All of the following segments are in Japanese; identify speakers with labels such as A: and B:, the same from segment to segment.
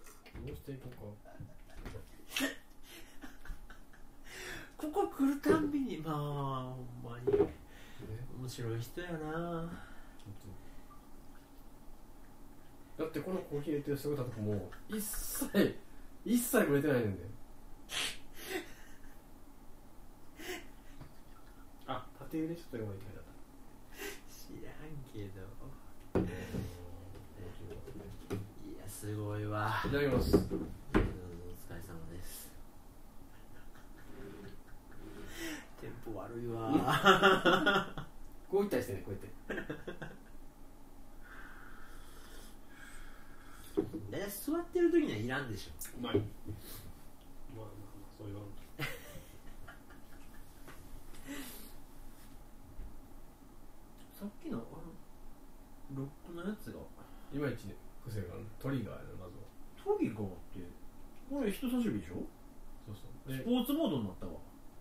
A: ゃあ行こうか
B: ここ来るたんびにまあほんまに
A: え
B: 面白い人やな
A: だってこのコーヒー入れてる姿とかも一切一切ブレてないねんであ縦揺れちょっと弱いみたいだった
B: 知らんけどいやすごいわ
A: いただきます
B: どうぞお疲れ様ですテンポ悪いわ
A: こういったりしてねこうやって
B: だいたい座ってる時にはいらんでしょ
A: うまいまあまあまあそういうわ
B: さっきのあのロックのやつが
A: いまいちね癖があるトリガーやなまずは
B: トリガーってこれ人差し指でしょ
A: そうそう
B: ス
A: で
B: ポーツモードになったわ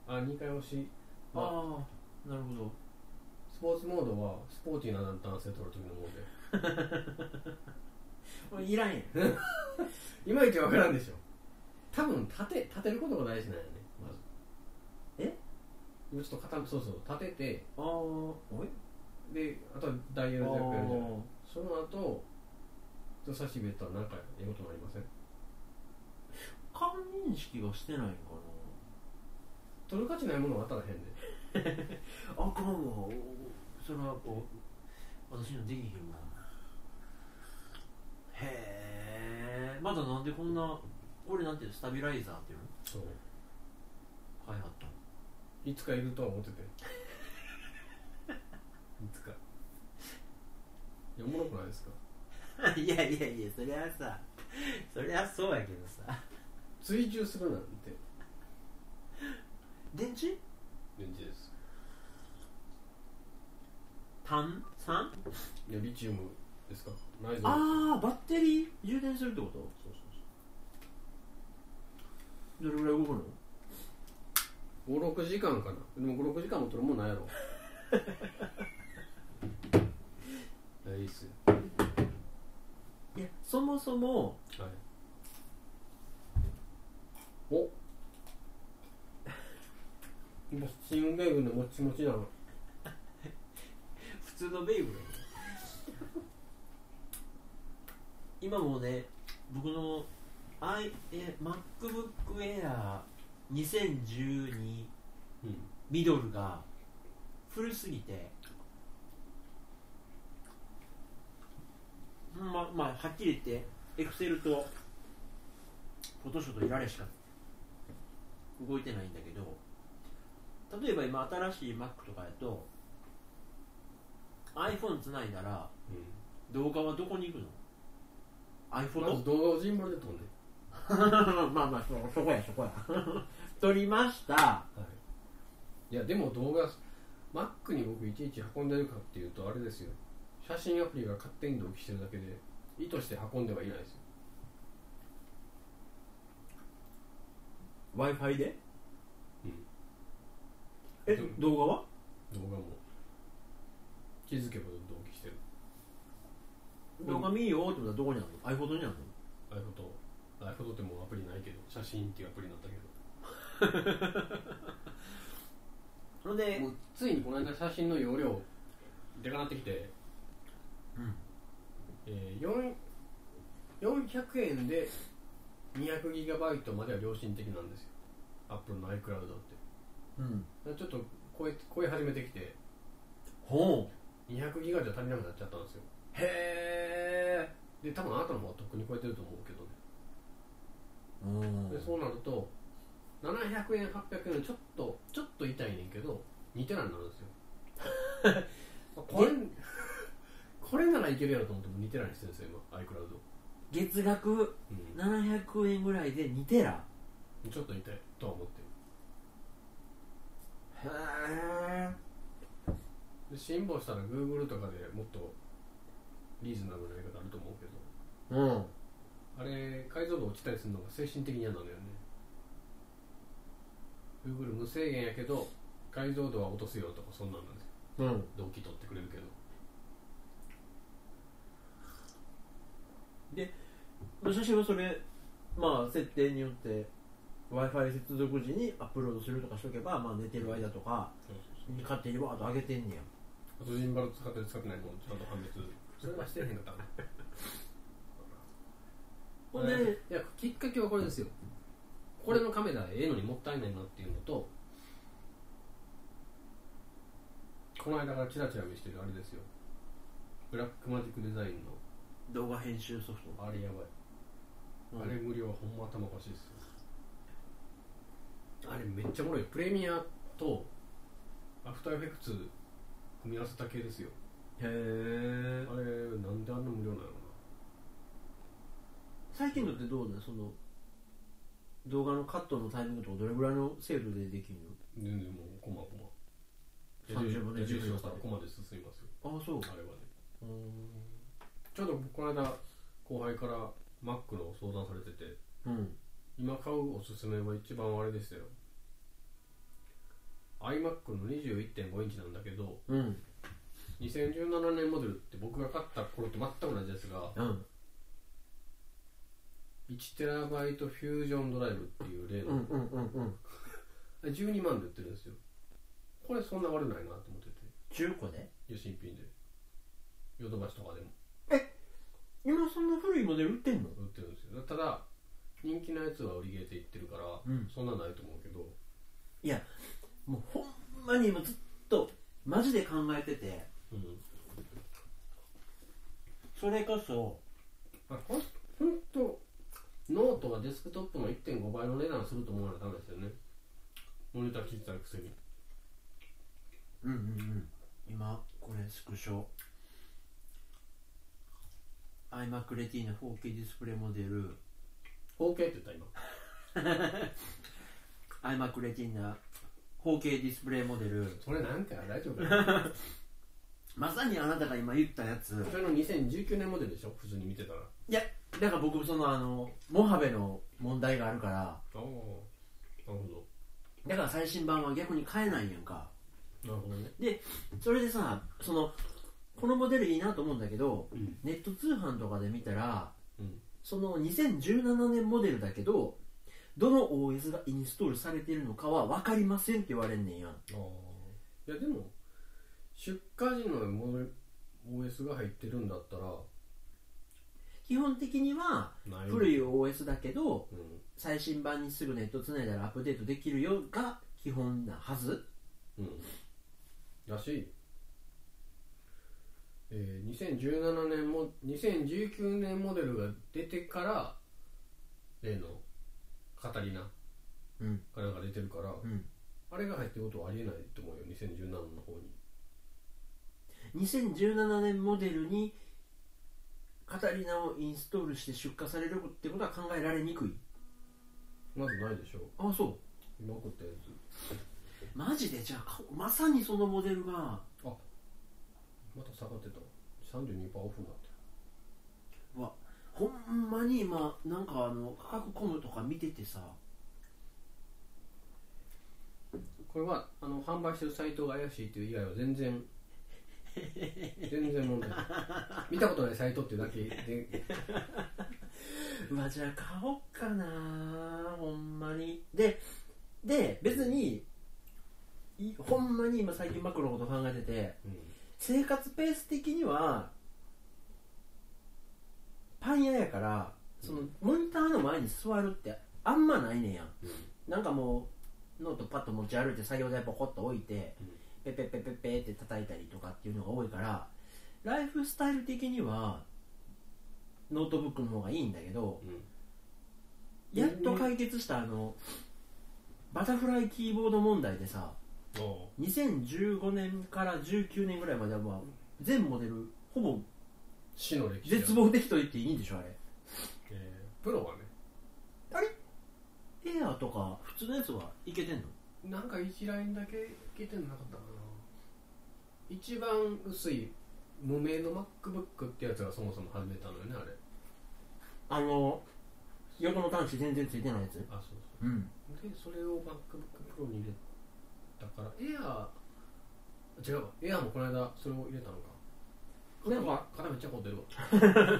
A: あ二回押しまあ
B: あなるほど
A: スポーツモードはスポーティーな男性を撮る時のモードで
B: これいらんやん
A: いまいちわからんでしょ多分立て立てることが大事なんやねまず
B: え
A: ちょっと固くそうそう立てて
B: ああおい
A: であとはダイヤル
B: あ
A: でやるじゃん
B: ー
A: その後人差し指やったら何かええことになりません
B: 顔認識がしてないのか
A: 取る価値ないものは当たらへんで
B: なあかんわおそれはこう私にはできへんわへえまだなんでこんなこれなんていうのスタビライザーっていうの
A: そう
B: 開発ったの
A: いつかいるとは思ってて いつかいやおもろくないですか
B: いやいやいやそりゃさそりゃそうやけどさ
A: 追従するなんて
B: 電池
A: 電池です
B: 炭酸
A: いやリチウムですか内臓
B: ああバッテリー充電するってこと
A: そうそうそう
B: どれぐらい動くの
A: 56時間かなでも56時間も取るもんない やろいやいいっすよ
B: いやそもそも
A: はいお今新米軍のもちもちなの
B: 普通のベイブル今もうね僕の I え MacBookAir2012
A: うん
B: ミドルが古すぎてままあはっきり言ってエクセルとフォトショーといられしか動いてないんだけど例えば今新しい Mac とかやと iPhone つないだら動画はどこに行くの
A: まず
B: ?iPhone?
A: 動画をジンバルで撮んで、
B: まあまあそそこやそこや 撮りました
A: い、やでも動画 Mac に僕いちいち運んでるかっていうとあれですよ写真アプリが勝手に同期してるだけで意図して運んではいないですよ
B: w i f i で、
A: うん
B: え動画は
A: 動画も気づけば同期してる
B: 動画見ようってことはどこにあるの ?iPhone にある
A: iPhone と iPhone ってもうアプリないけど写真っていうアプリになったけど
B: のそれで
A: もうついにこの間写真の容量でかなってきて、
B: うん
A: えー、4 400円で 200GB までは良心的なんですよ Apple の iCloud って
B: うん
A: だからちょっと超え超え始めてきて
B: ほ
A: 200GB じゃ足りなくなっちゃったんですよ
B: うへえ
A: で多分あなたの方はとっくに超えてると思うけどね
B: うん
A: でそうなると700円800円ちょっとちょっと痛いねんけど2テラになるん ですよこれこれならいけるやろと思っても2テラにしてるんですよ今 iCloud、
B: 月額700円ぐらいで2テラ
A: うん、ちょっと痛いとは思ってる
B: へえ
A: で辛抱したら Google とかでもっとリーズナブルなやり方あると思うけど
B: うん
A: あれ解像度落ちたりするのが精神的に嫌なのよね Google 無制限やけど解像度は落とすよとかそんなんなんですよ
B: うん
A: 動機取ってくれるけど
B: 写真はそれまあ設定によって w i f i 接続時にアップロードするとかしとけば、まあ、寝てる間とか勝手にワーッと上げてんねや
A: あとジンバル使ってる使ってないもんちゃんと判別それはしてへんかったかな
B: ほんで、
A: いやきっかけはこれですよこれのカメラええのにもったいないなっていうのとこの間からチラチラ見してるあれですよブラックマジックデザインの
B: 動画編集ソフ
A: あれやばい、
B: ト、
A: あれ無料はほんま頭おかしいですよあれめっちゃおもろいよプレミアとアフターエフェクツ組み合わせた系ですよ
B: へ
A: あ
B: え
A: れなんであんな無料なのか
B: 最近のってどうだその動画のカットのタイミングとかどれぐらいの精度でできる
A: な全然もうコマコマ
B: 30分で
A: ジュース
B: 10秒
A: がさコマで進みますよ
B: のあそう
A: あれはね
B: うーん
A: ちょうどこの間後輩からマックの相談されてて
B: うん
A: 今買うおすすめは一番あれですよ iMac の21.5インチなんだけど
B: うん
A: 2017年モデルって僕が買った頃と全く同じですが
B: うん
A: 1テラバイトフュージョンドライブっていう例
B: う
A: の、
B: んうんうんうん
A: 12万で売ってるんですよこれそんな悪ないなと思ってて
B: 中古で
A: いや新品でヨドバシとかでも
B: 今そんな古いモデル売ってんの
A: 売ってるんですよただ人気のやつは売り切れていってるから、
B: うん
A: そんなんないと思うけど
B: いやもうほんまに今ずっとマジで考えてて
A: うん
B: それこそ
A: あほんほんとノートはデスクトップの1.5倍の値段すると思うのはダメですよねモニター切ってたくせに
B: うんうんうん今これスクショ iMac レティーナ 4K ディスプレイモデル
A: 4K って言った今
B: iMac レティーナ 4K ディスプレイモデル
A: それなんか大丈夫か な
B: まさにあなたが今言ったやつ
A: それの2019年モデルでしょ普通に見てたら
B: いやだから僕もそのあのモハベの問題があるから
A: ああなるほど
B: だから最新版は逆に買えないやんか
A: なるほどね
B: それでさそのこのモデルいいなと思うんだけど
A: うん
B: ネット通販とかで見たら
A: うん
B: その2017年モデルだけどどの OS がインストールされてるのかは分かりませんって言われんねんやん
A: ああいやでも出荷時のモデル OS が入ってるんだったら
B: 基本的には
A: ない
B: 古い OS だけど
A: うん
B: 最新版にすぐネットつないだらアップデートできるよが基本なはず
A: うんだし、えー、2017年も2019年モデルが出てから例のカタリナ
B: うん
A: かなんか出てるから、
B: うん
A: あれが入ってることはありえないと思うよ2017の方に
B: 2017年モデルにカタリナをインストールして出荷されるってことは考えられにくい
A: まずないでしょう
B: あそう
A: 今送ったやつ
B: マジでじゃあかまさにそのモデルが
A: また下がってた32%オフになって
B: ほんまに今なんかあの価格コムとか見ててさ
A: るこれはあの販売してるサイトが怪しいという以外は全然全然問題ない見たことないサイトっていうだけで
B: うわじゃあ買おっかなほんまにでで別にいほんまに今最近マクロのこと考えてて
A: う
B: 生活ペース的にはパン屋やからそのモニターの前に座るってあんまないねんやん
A: ん
B: なんかもうノートパッと持ち歩いて作業台ポコッと置いて
A: うん
B: ペペペペペって叩いたりとかっていうのが多いからライフスタイル的にはノートブックの方がいいんだけど
A: うん
B: やっと解決したあのバタフライキーボード問題でさ
A: ああ
B: 2015年から19年ぐらいまでは、まあ、全モデルほぼ
A: 死の歴史
B: 絶、望的と言っていいんでしょあれ
A: えープロはね
B: エアーとか普通のやつはいけてんの
A: なんか一ラインだけ聞いてんのなかったかな一番薄い無名の MacBook ってやつがそもそも始めたのよねあれ
B: あの横の端子全然ついてないやつ
A: あそう
B: うん
A: そうでそれを MacBookPro に入れたからエアー違うわエアーもこの間それを入れたのか
B: なんか
A: 肩めっちゃ凝ってるわ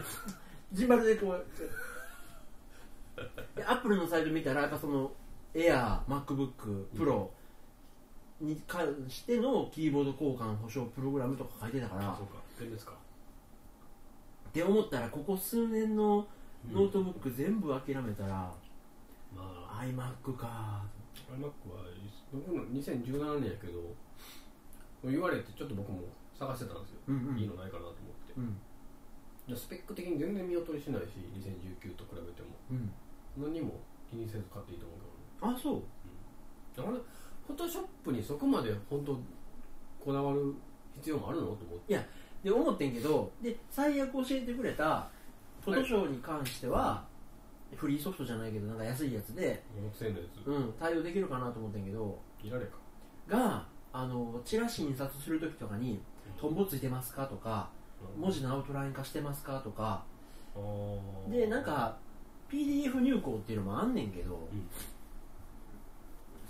B: ジンバルでこうで アップルのサイト見たらやっぱその AirMacBookPro に関してのキーボード交換保証プログラムとか書いてたから
A: そうか全ですか
B: って思ったらここ数年のノートブッ
A: う
B: ク全部諦めたら、
A: んまあ
B: iMac か
A: iMac は僕の2017年やけどもう言われてちょっと僕も探してたんですよ、
B: うんうん
A: いいのないかなと思って
B: うん
A: でスペック的に全然見劣りしないし2019と比べても
B: うん
A: 何も気にせず買っていいと思うけどね
B: あそう
A: だからフォトショップにそこまで本当こだわる必要もあるのと思って
B: で思ってんけどで最悪教えてくれたフォトショーに関しては、フリーソフトじゃないけどなんか安いやつで、
A: 6000円のやつ
B: うん、対応できるかなと思ってんけど
A: いられか
B: があのチラシ印刷する時とかに「トンボついてますか?」とか「文字のアウトライン化してますか?」とか
A: あー
B: でなんか PDF 入稿っていうのもあんねんけど、
A: ん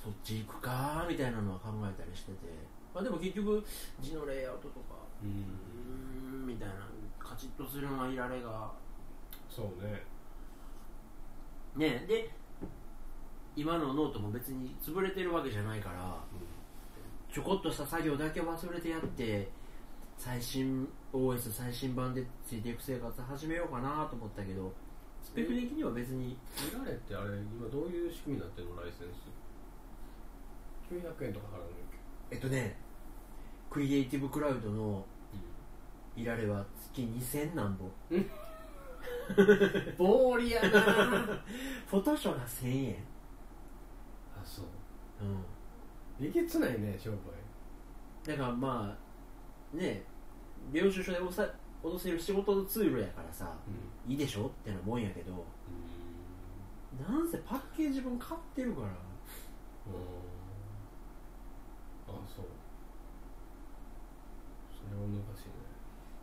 B: そっち行くかみたいなのは考えたりしてて、まあ、でも結局字のレイアウトとか
A: う
B: うんーんみたいなカチッとするのはいられが
A: そうね
B: ねで今のノートも別に潰れてるわけじゃないからちょこっとした作業だけ忘れてやって最新 OS 最新版でついていく生活始めようかなと思ったけどスペック的には別に
A: いられってあれ今どういう仕組みになってるのライセンス900円とか払うのよ
B: えっとねクリエイティブクラウドのいられは月2000何本
A: ボーリや な
B: フォトショーが1000円
A: あそう
B: うん
A: えげつないね商売
B: だからまあね領収書で落とさ脅せる仕事のツールやからさ
A: うん
B: いいでしょってなもんやけどなんせパッケージ分買ってるから
A: あそうそれは難しいね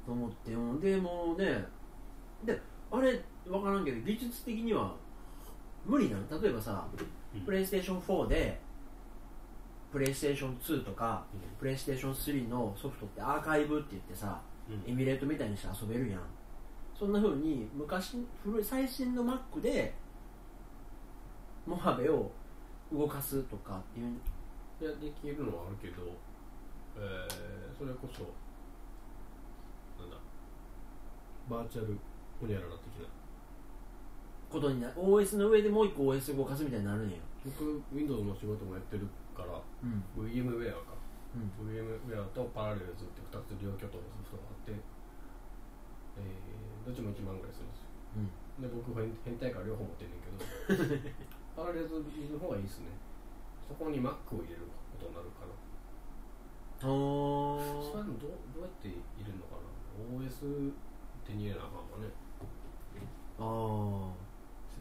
B: と思ってうんでもうねであれ分からんけど技術的には無理なの例えばさ
A: うん
B: プレイステーション4でプレイステーション2とかプレイステーション3のソフトってアーカイブって言ってさ
A: うん
B: エミレートみたいにして遊べるやんそんな風に昔古い最新の Mac でモハベを動かすとかっていう
A: いやできるのはあるけど、えー、それこそなんだバーチャルホニャララ的な
B: ことにな OS の上でもう一個 OS 動かすみたいになるんや、
A: 僕 Windows の仕事もやってるから
B: うん、
A: VMware か、
B: う
A: VMware とパラレルズって2つ両巨頭のソフトがあって、えー、どっちも1万ぐらいするんですよ
B: うん
A: で僕変変態から両方持ってんねんけどパラレルズの方がいいですねそこに Mac を入れることになるから
B: お
A: それでもどうどうやって入れるのかな OS 手に入れなあかんかね
B: あー
A: 調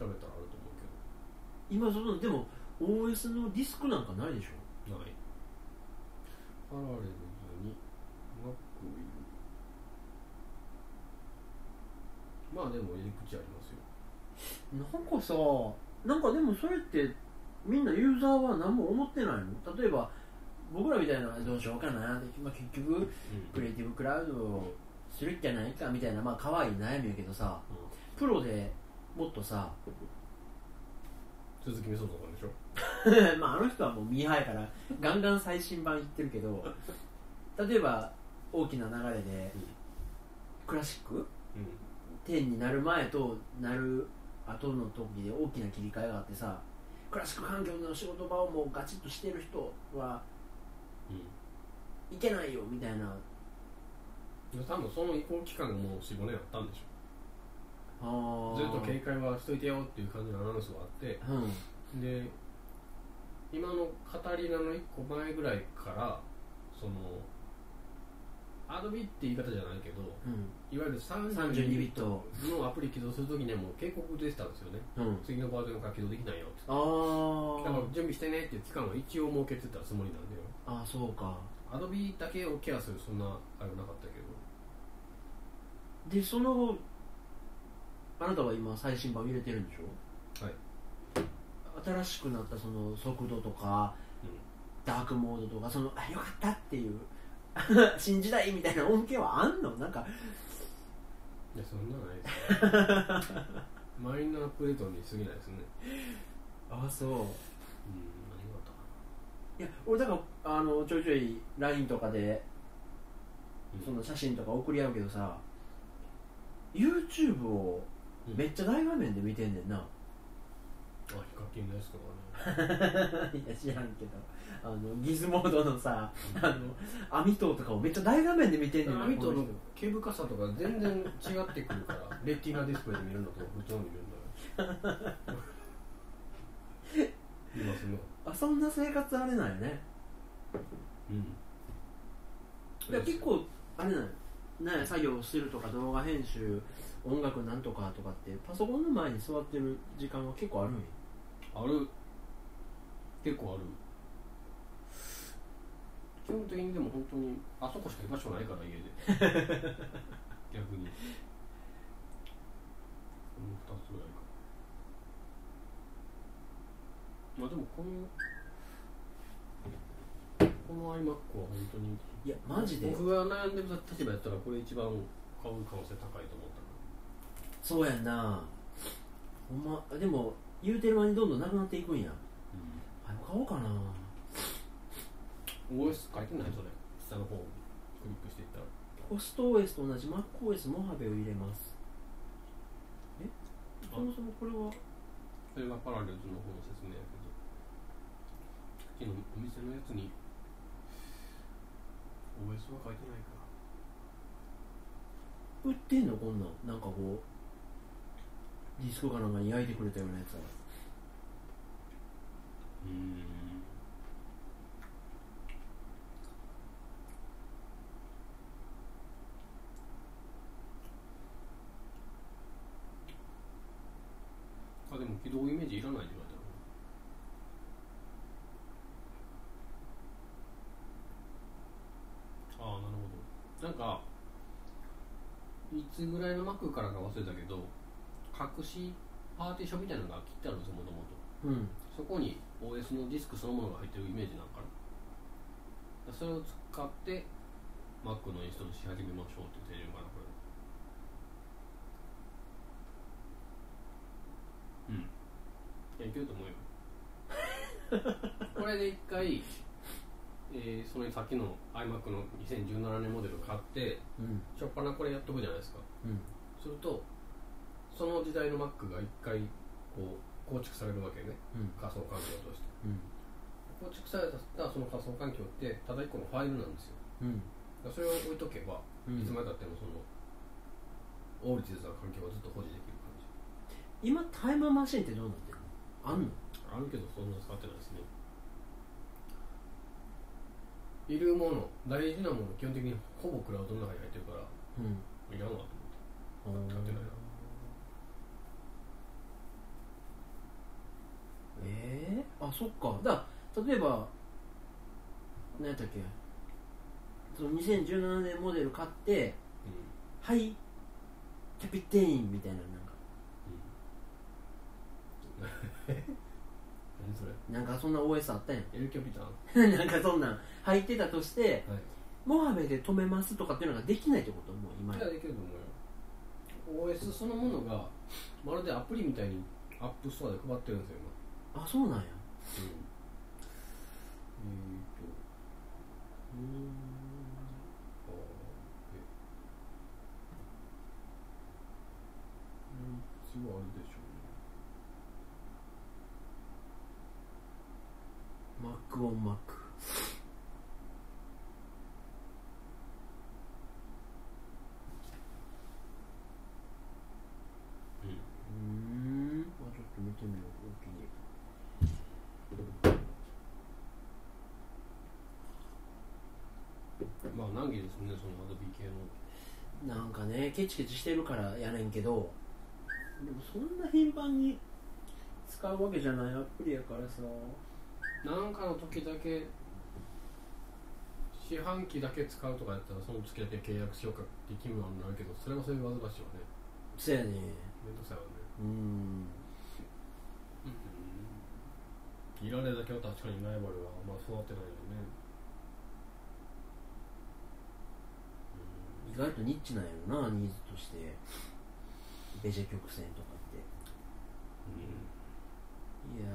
A: べたらあると思うけ
B: 今そのでも OS のディスクなんかないでしょ
A: どないパラレルズに Mac を入れるまあでも入り口ありますよ
B: なんかさなんかでもそれってみんなユーザーは何も思ってないの例えば僕らみたいなどうしようかなって、まあ、結局クリエイティブクラウドをするっきゃないかみたいなまあ可愛い悩みやけどさプロでもっとさ
A: 鈴木みそとかでしょ
B: まああの人はもうミーハーやからガンガン最新版いってるけど例えば大きな流れでクラシック
A: うん
B: 10になる前となる後の時で大きな切り替えがあってさクラシック環境の仕事場をもうガチッとしてる人は
A: う
B: いけないよみたいなん
A: 多分その移行期間がもう45年あったんでしょず
B: ず
A: っと警戒はしといてよっていう感じのアナウンスがあって
B: うん
A: で今のカタリナの1個前ぐらいからそのアドビって言い方じゃないけどいわゆる
B: 32
A: 32
B: ビ
A: ビッ
B: ット
A: トのアプリ起動するときにはもう警告出てたんですよね
B: うんうん
A: 次のバージョンから起動できないよってだ
B: あ
A: から
B: ー
A: 準備してねっていう期間は一応設けてたつもりなんだよ
B: あーそうか
A: アドビだけをケアするそんなあれはなかったけど
B: でその後あなたは今最新版入れてるんでしょ
A: はい
B: 新しくなったその速度とか、
A: うん
B: ダークモードとかそのあよかったっていう 新時代みたいな恩恵はあんのなんか
A: いやそんなのないですマイナーアップデートに過ぎないですね
B: ああそう
A: うん何があったか
B: いや俺だからあのちょいちょい LINE とかで
A: うん
B: その写真とか送り合うけどさ YouTube を
A: うん
B: めっちゃ大画面で見てんねんな、
A: なあヒカキンのやつとかね
B: いや知らんけどあのギズモードのさあの網戸とかをめっちゃ大画面で見てんねんな
A: 網と
B: この
A: の毛
B: 人
A: 深さとか全然違ってくるから レティナディスプレイで見るのと普通の見るのよいますね
B: あそんな生活あれなんやね
A: うん
B: いや結構あれなんやね作業するとか動画編集音楽なんとかとかってパソコンの前に座ってる時間は結構あるんや
A: ある結構ある基本的にでも本当にあそこしか居場所ないから 家で逆にこの2つぐらいかまあでもこのこの iMac は本当に
B: いやマジで
A: 僕が悩んでる立場やったらこれ一番買う可能性高いと思ったな
B: そうやんなほんまでも言うてる間にどんどんなくなっていくんやあ買おうかな
A: OS 書いてないそれ下の方クリックしていったら
B: ホスト OS と同じ MacOS モハベを入れますえそもそもこれは
A: それはパラレルズの方の説明やけどさっきのお店のやつに OS は書いてないから
B: 売ってんのこんなんなんかこうディスクかなんかに焼いてくれたようなやつは
A: うんあでも起動イメージいらないって書いてあるああなるほどなんかいつぐらいの Mac からか忘れたけど隠しパーティションみたいなのが切ってあるんですよもともと
B: うん
A: そこに OS のディスクそのものが入ってるイメージなんかなだからそれを使って Mac のインストールし始めましょうっていう手順かなこれうんいやいけると思うよこれで一回、えーそのさっきの iMac の2017年モデルを買って
B: うん
A: しょっぱなこれやっとくじゃないですか
B: うん
A: するとその時代の Mac が一回こう構築されるわけね
B: うん
A: 仮想環境として
B: うん
A: 構築されたその仮想環境ってただ一個のファイルなんですよ
B: うん
A: だからそれを置いとけば、
B: うん
A: いつまでたってもそのオールディーズな環境はずっと保持できる感じ
B: 今タイムマシンってどうなってるのあんの
A: あるけどそんな使ってないですねいるもの大事なもの基本的にほぼクラウドの中に入ってるから
B: うん
A: いらんわと思って
B: あ
A: 使ってないな
B: ーえー、あそっかだ例えば何やったっけその2017年モデル買って
A: うん
B: はいキャピテインみたいななんか
A: うん 何それ
B: なんかそんな OS あったやん
A: エルキャピタンは
B: なん かそんなん入ってたとして
A: い
B: モハベで止めますとかっていうのができないってこともう今
A: いやできると思うよ OS そのものがまるでアプリみたいにアップストアで配ってるんですよ
B: あそうなんや
A: 今うんえーっと
B: うーん
A: あーえこれはあれでしょうね
B: Mac on Mac
A: うん
B: うーんあちょっと見てみようおおきに
A: まあ難儀ですねそのアドビ系の
B: なんかねケチケチしてるからやねんけどでもそんな頻繁に使うわけじゃないアプリやからさ
A: なんかの時だけ四半期だけ使うとかやったらその月だけ契約しようかって気分はなるけどそれはそれで煩わしいわね
B: そや
A: め
B: ね
A: んどくさいわね
B: うん
A: いられだけは確かにライバルはあんま育ってないよね
B: 意外とニッチなんやろなニーズとしてベジェ曲線とかっていや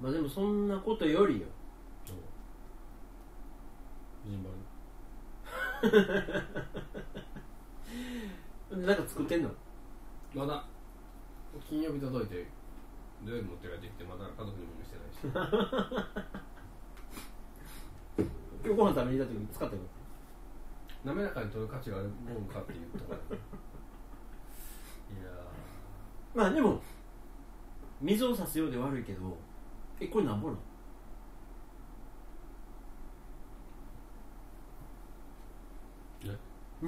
B: ーまあでもそんなことよりよ
A: 順番
B: なんか作ってんの
A: まだ金曜日届いて土曜日持って帰ってきてまだ家族にも見せてないし
B: 今日ご飯食べに行った時に使ったの
A: 滑らかに取る価値があるもんかっていうところだねいや
B: まあでも水を差すようで悪いけどえこれなんぼなん
A: え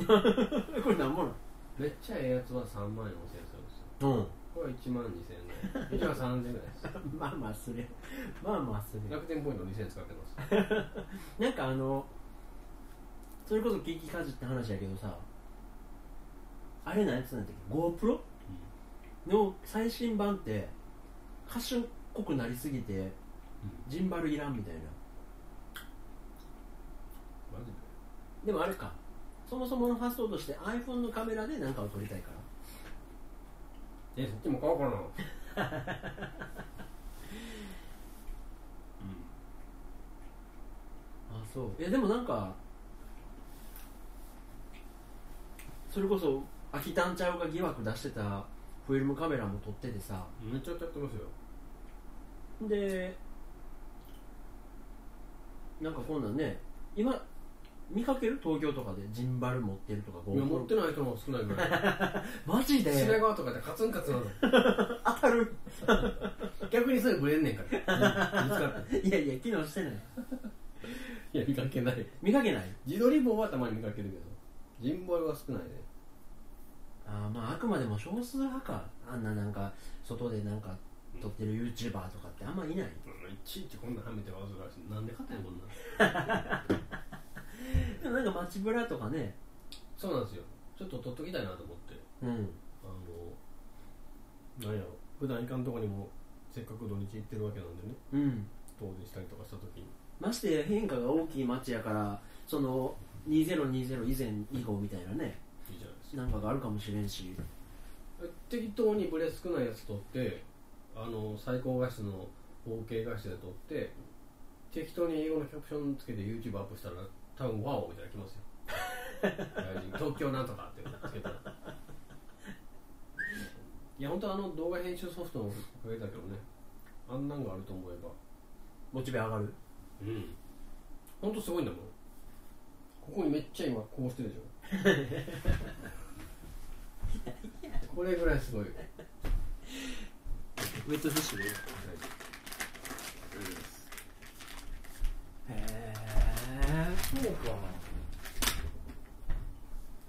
B: これなんぼなん
A: ーめっちゃええやつは3万4000円するんですよ
B: うん
A: これは1万2000円ぐらい一万3000円ぐらいです
B: まあまあするまあまあする
A: 楽天ポイント2000円使ってます
B: なんかあのそれこそキンキカジって話やけどさあれなんやつなんだっけ GoPro の最新版って賢くなりすぎてジンバルいらんみたいな
A: マジで
B: でもあれかそもそもの発想として iPhone のカメラで何かを撮りたいから
A: えそっちも買おうかなうん
B: あそういやでもなんかそれこそアキタンチャオが疑惑出してたフィルムカメラも撮っててさ
A: めっちゃやってますよ
B: でなんかこんなんね今見かける東京とかでジンバル持ってるとか
A: いや持ってない人も少ないぐらい
B: マ ジで
A: 品川とかでカツンカツンなの
B: 当たる
A: 逆にそれブレんねんから、 うん、見つかって
B: いやいや機能してない
A: いや見かけない
B: 見かけない
A: 自撮り棒はたまに見かけるけどジンボルは少ないね
B: あーまああくまでも少数派かあんななんか外でなんか撮ってる YouTuber とかってあんまいない
A: いちいちこんなはめてわずらしいなんで買ったんやこんな
B: でもなんか街ブラとかね
A: そうなんですよちょっと撮っときたいなと思って
B: うん
A: あのなんやろ普段行かんとこにもせっかく土日行ってるわけなんでね
B: うん
A: 遠出したりとかした時に
B: まして変化が大きい街やからその2020以前以後みたいなね
A: いいじゃないですか
B: なんかがあるかもしれんし
A: 適当にブレ少ないやつ撮ってあの最高画質の OK 画質で撮って適当に英語のキャプションつけて YouTube アップしたら多分ワオみたいなの来 ますよ外人東京なんとかってつけたらいや本当あの動画編集ソフトも増えたけどねあんなんがあると思えば
B: モチベ上がる
A: うん本当すごいんだもんここにめっちゃ今こうして るでしょこれぐらいすごいよ
B: ウェットフィッシュでへえそうか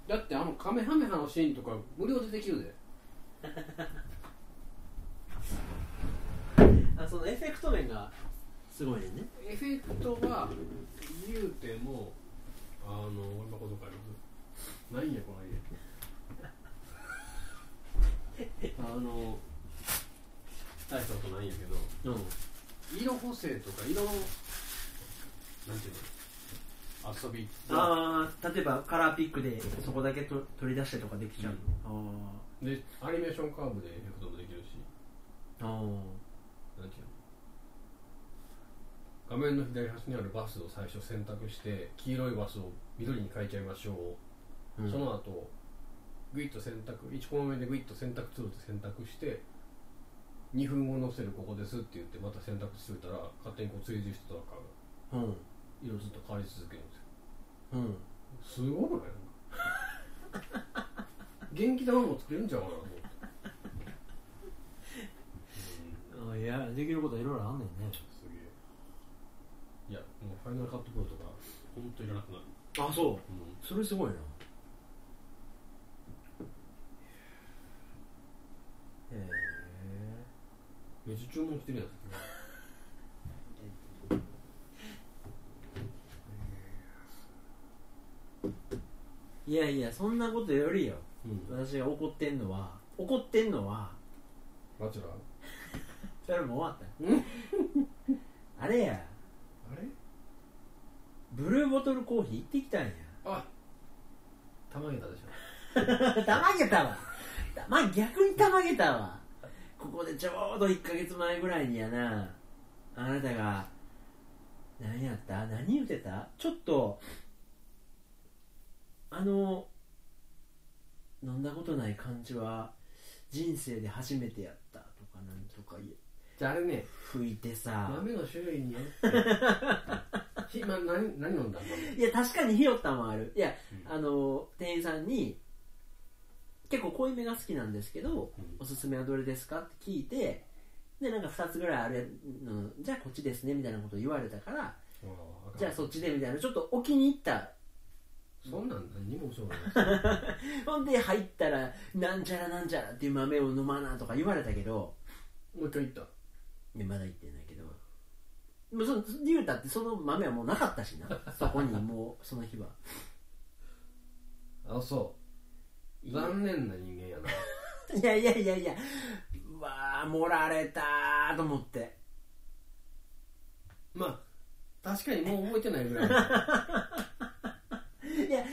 A: だってあのカメハメハのシーンとか無料でできるで
B: あそのエフェクト面がすごいねんね
A: エフェクトは言うてもあの俺のことかりますないんやこの家あの大したことないんやけど
B: うん
A: 色補正とか色のなんていうの遊び
B: ああ例えばカラーピックでそこだけと取り出したりとかできちゃう、あ
A: でアニメーションカーブでエフェクトもできるし
B: ああ
A: なんていうの画面の左端にあるバスを最初選択して黄色いバスを緑に変えちゃいましょう、
B: あ、うん
A: その後グイッと選択1項目でグイッと選択ツールで選択して2分後のせるここですって言ってまた選択しておいたら勝手にこう追従してたら
B: うん
A: 色ずっと変わり続けるんですよす
B: うん
A: ごくない 元気玉も作れるんちゃうかなと 思って
B: あいやできることいろいろあんねんね
A: すげえいやもうファイナルカットプロとか本当いらなくなる、
B: あそうそれすごいなへ
A: めっちゃ注文してるやん
B: えいやいやそんなことよりよ
A: うん
B: 私が怒ってんのは怒ってんのは
A: バチェラー
B: それもう終わったよあれや
A: あれ
B: ブルーボトルコーヒー行ってきたんや
A: あたまげたでしょ
B: たまげたわたま逆にたまげたわここでちょうど1ヶ月前ぐらいにやなあなたが何やった何言うてたちょっとあの飲んだことない感じは人生で初めてやったとかなんとか言え
A: じゃああれね
B: 吹いてさ
A: 豆の種類によ ってひ、ま、何何飲んだの
B: いや確かにひよったんはあるいや、
A: うん
B: あの店員さんに結構濃いめが好きなんですけど、
A: うん
B: おすすめはどれですかって聞いてでなんか2つぐらいあれのじゃあこっちですねみたいなこと言われたからじゃあそっちでみたいなちょっと置きに行った
A: そんなん何もそうない
B: ほんで入ったらなんちゃらなんちゃらっていう豆を飲まなとか言われたけど
A: もう一回言った
B: でまだ言ってないけどもうその言うたってその豆はもうなかったしなそこにもうその 日は
A: あそう残念な人間や ない
B: やいやいやいやうわあ盛られたーと思って
A: まあ確かにもう覚えてないぐらいだ
B: いや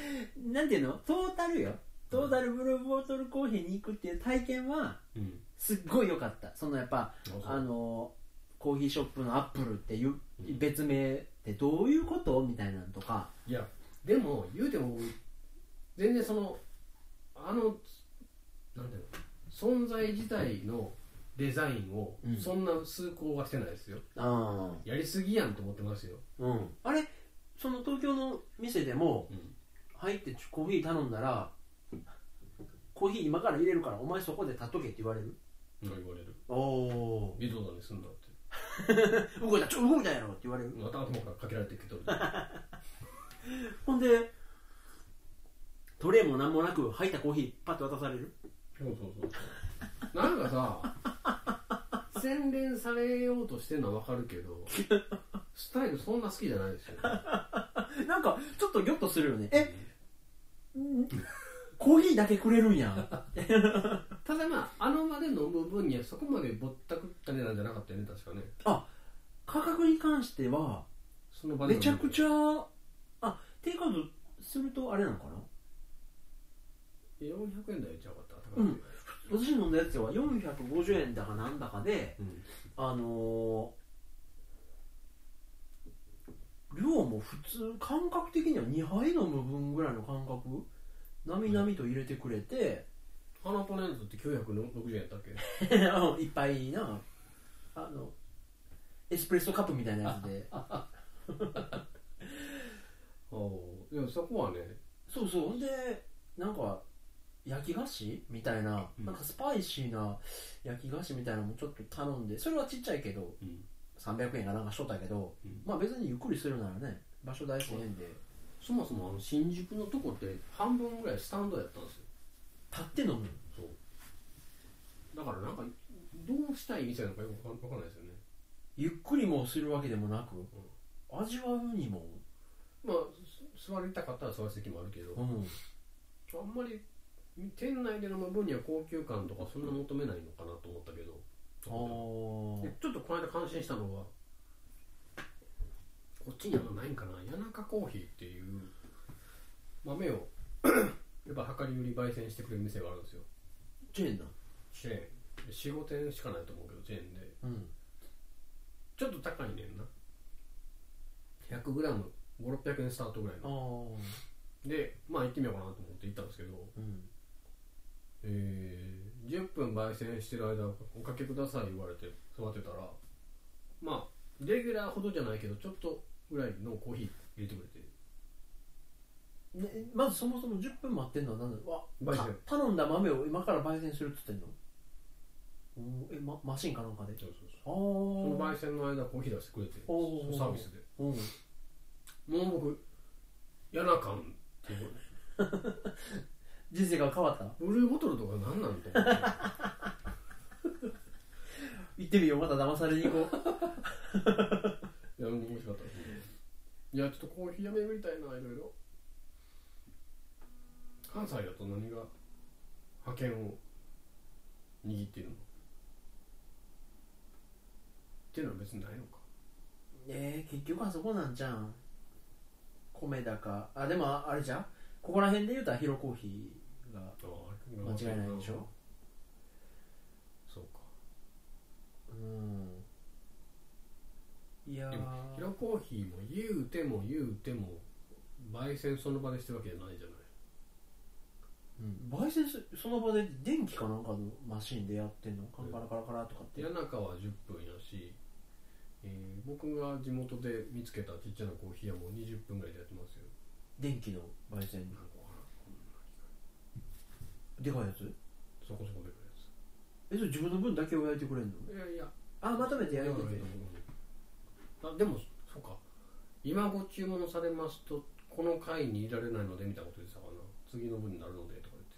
B: なんていうのトータルよトータルブルーボトルコーヒーに行くっていう体験は
A: うん
B: すっごい良かったそのやっぱ
A: そう
B: あのコーヒーショップのアップルっていう
A: うん
B: 別名ってどういうことみたいなのとか
A: いやでも言うても僕全然そのあのなんていうの存在自体のデザインを
B: うん
A: そんな崇高はしてないですよ、
B: あ,、
A: やりすぎやんと思ってますよ、
B: うん、あれその東京の店でも
A: うん
B: 入ってコーヒー頼んだらコーヒー今から入れるからお前そこで立っとけって言われる
A: 言われる
B: おお
A: 微動だにすんだって
B: 動いたちょ動いたやろって言われる
A: 頭からかけられてきと る
B: ほんでトレイも何もなく入ったコーヒーパッと渡される
A: そうそうそうそうなんかさ洗練されようとしてるのはわかるけどスタイルそんな好きじゃないですよ、
B: なんかちょっとギョッとするよねえんコーヒーだけくれるんや
A: ただまああの場で飲む分にはそこまでぼったくった値段じゃなかったよね確かね
B: あ価格に関しては
A: その場で
B: めちゃくち
A: ゃ
B: ゃあテイクアウトするとあれなのかな
A: 400円台ちゃうかった
B: うん私飲んだやつは450円だかなんだかで
A: うん
B: あのー、量も普通感覚的には2杯飲む分ぐらいの感覚なみなみと入れてくれて、
A: 花ポネントって960円やったっけ
B: いっぱいなあのエスプレッソカップみたいなやつで
A: おうでもそこはね
B: そうそうほんでなんか焼き菓子みたいな,、
A: うん
B: なんかスパイシーな焼き菓子みたいなのもちょっと頼んでそれはちっちゃいけど
A: うん
B: 300円かなんかしとったけど、
A: うん
B: まあ別にゆっくりするならね場所大事変で
A: そもそもあの新宿のとこって半分ぐらいスタンドやったんですよ
B: 立って飲む
A: そうだからなんかどうしたい店なのかよくわかんわかんないですよね
B: ゆっくりもするわけでもなく、味わうにも、
A: まあす座りたかったら座る席もあるけど
B: うん、
A: あんまり店内で飲む分には高級感とかそんな求めないのかなと思ったけど
B: あー
A: でちょっとこの間感心したのはこっちにはないんかな谷中コーヒーっていう豆を やっぱ量り売り焙煎してくれる店があるんですよ
B: チェーンだ、
A: チェーン45店しかないと思うけどチェーンで
B: うん、
A: ちょっと高いねんな 100g5600 円スタートぐらい
B: あ
A: の
B: ー
A: でまあ行ってみようかなと思って行ったんですけど
B: うん
A: えー、10分焙煎してる間おかけください言われて育てたらまあレギュラーほどじゃないけどちょっとぐらいのコーヒー入れてくれて
B: ね、まずそもそも10分待ってんのは何だろうわ
A: 焙煎
B: た頼んだ豆を今から焙煎するっつってんのおーえ、ま、マシンかなんかで
A: そうそう
B: ああ
A: そうその焙煎の間コーヒー出してくれて
B: おー
A: そのサービスで
B: うん、
A: もう僕嫌な感っていう
B: 人生が変わった
A: ブルーボトルとか何なんと思って
B: 行ってみようまた騙されに行こう
A: いやもう美味しかったですねいやちょっとコーヒーやめみたいないろいろ関西だと何が覇権を握っているのっていうのは別にないのか
B: えー、結局あそこなんじゃん米だかあでもああれじゃんここら辺で言うたらヒロコーヒーが
A: ああ
B: 間違いないでしょ
A: そうか
B: うんいやー
A: でヒロコーヒーも言うても言うても焙煎その場でしてるわけじゃないじゃない
B: うん焙煎すその場で電気かなんかのマシンでやってんのカンカラカラカラとかって
A: 谷中は10分やし、えー僕が地元で見つけたちっちゃなコーヒーはもう20分ぐらいでやってますよ
B: 電気の焙煎
A: なんかほらこんな機械
B: でかいやつ
A: そこそこでか
B: えそれ自分の分だけを焼いてくれんの
A: いやついやいや
B: あまとめて焼いてく
A: い
B: れ
A: や
B: る
A: あでもそうか今ご注文されますとこの回にいられないのでみたいなこと言ってたかな次の分になるのでとか言って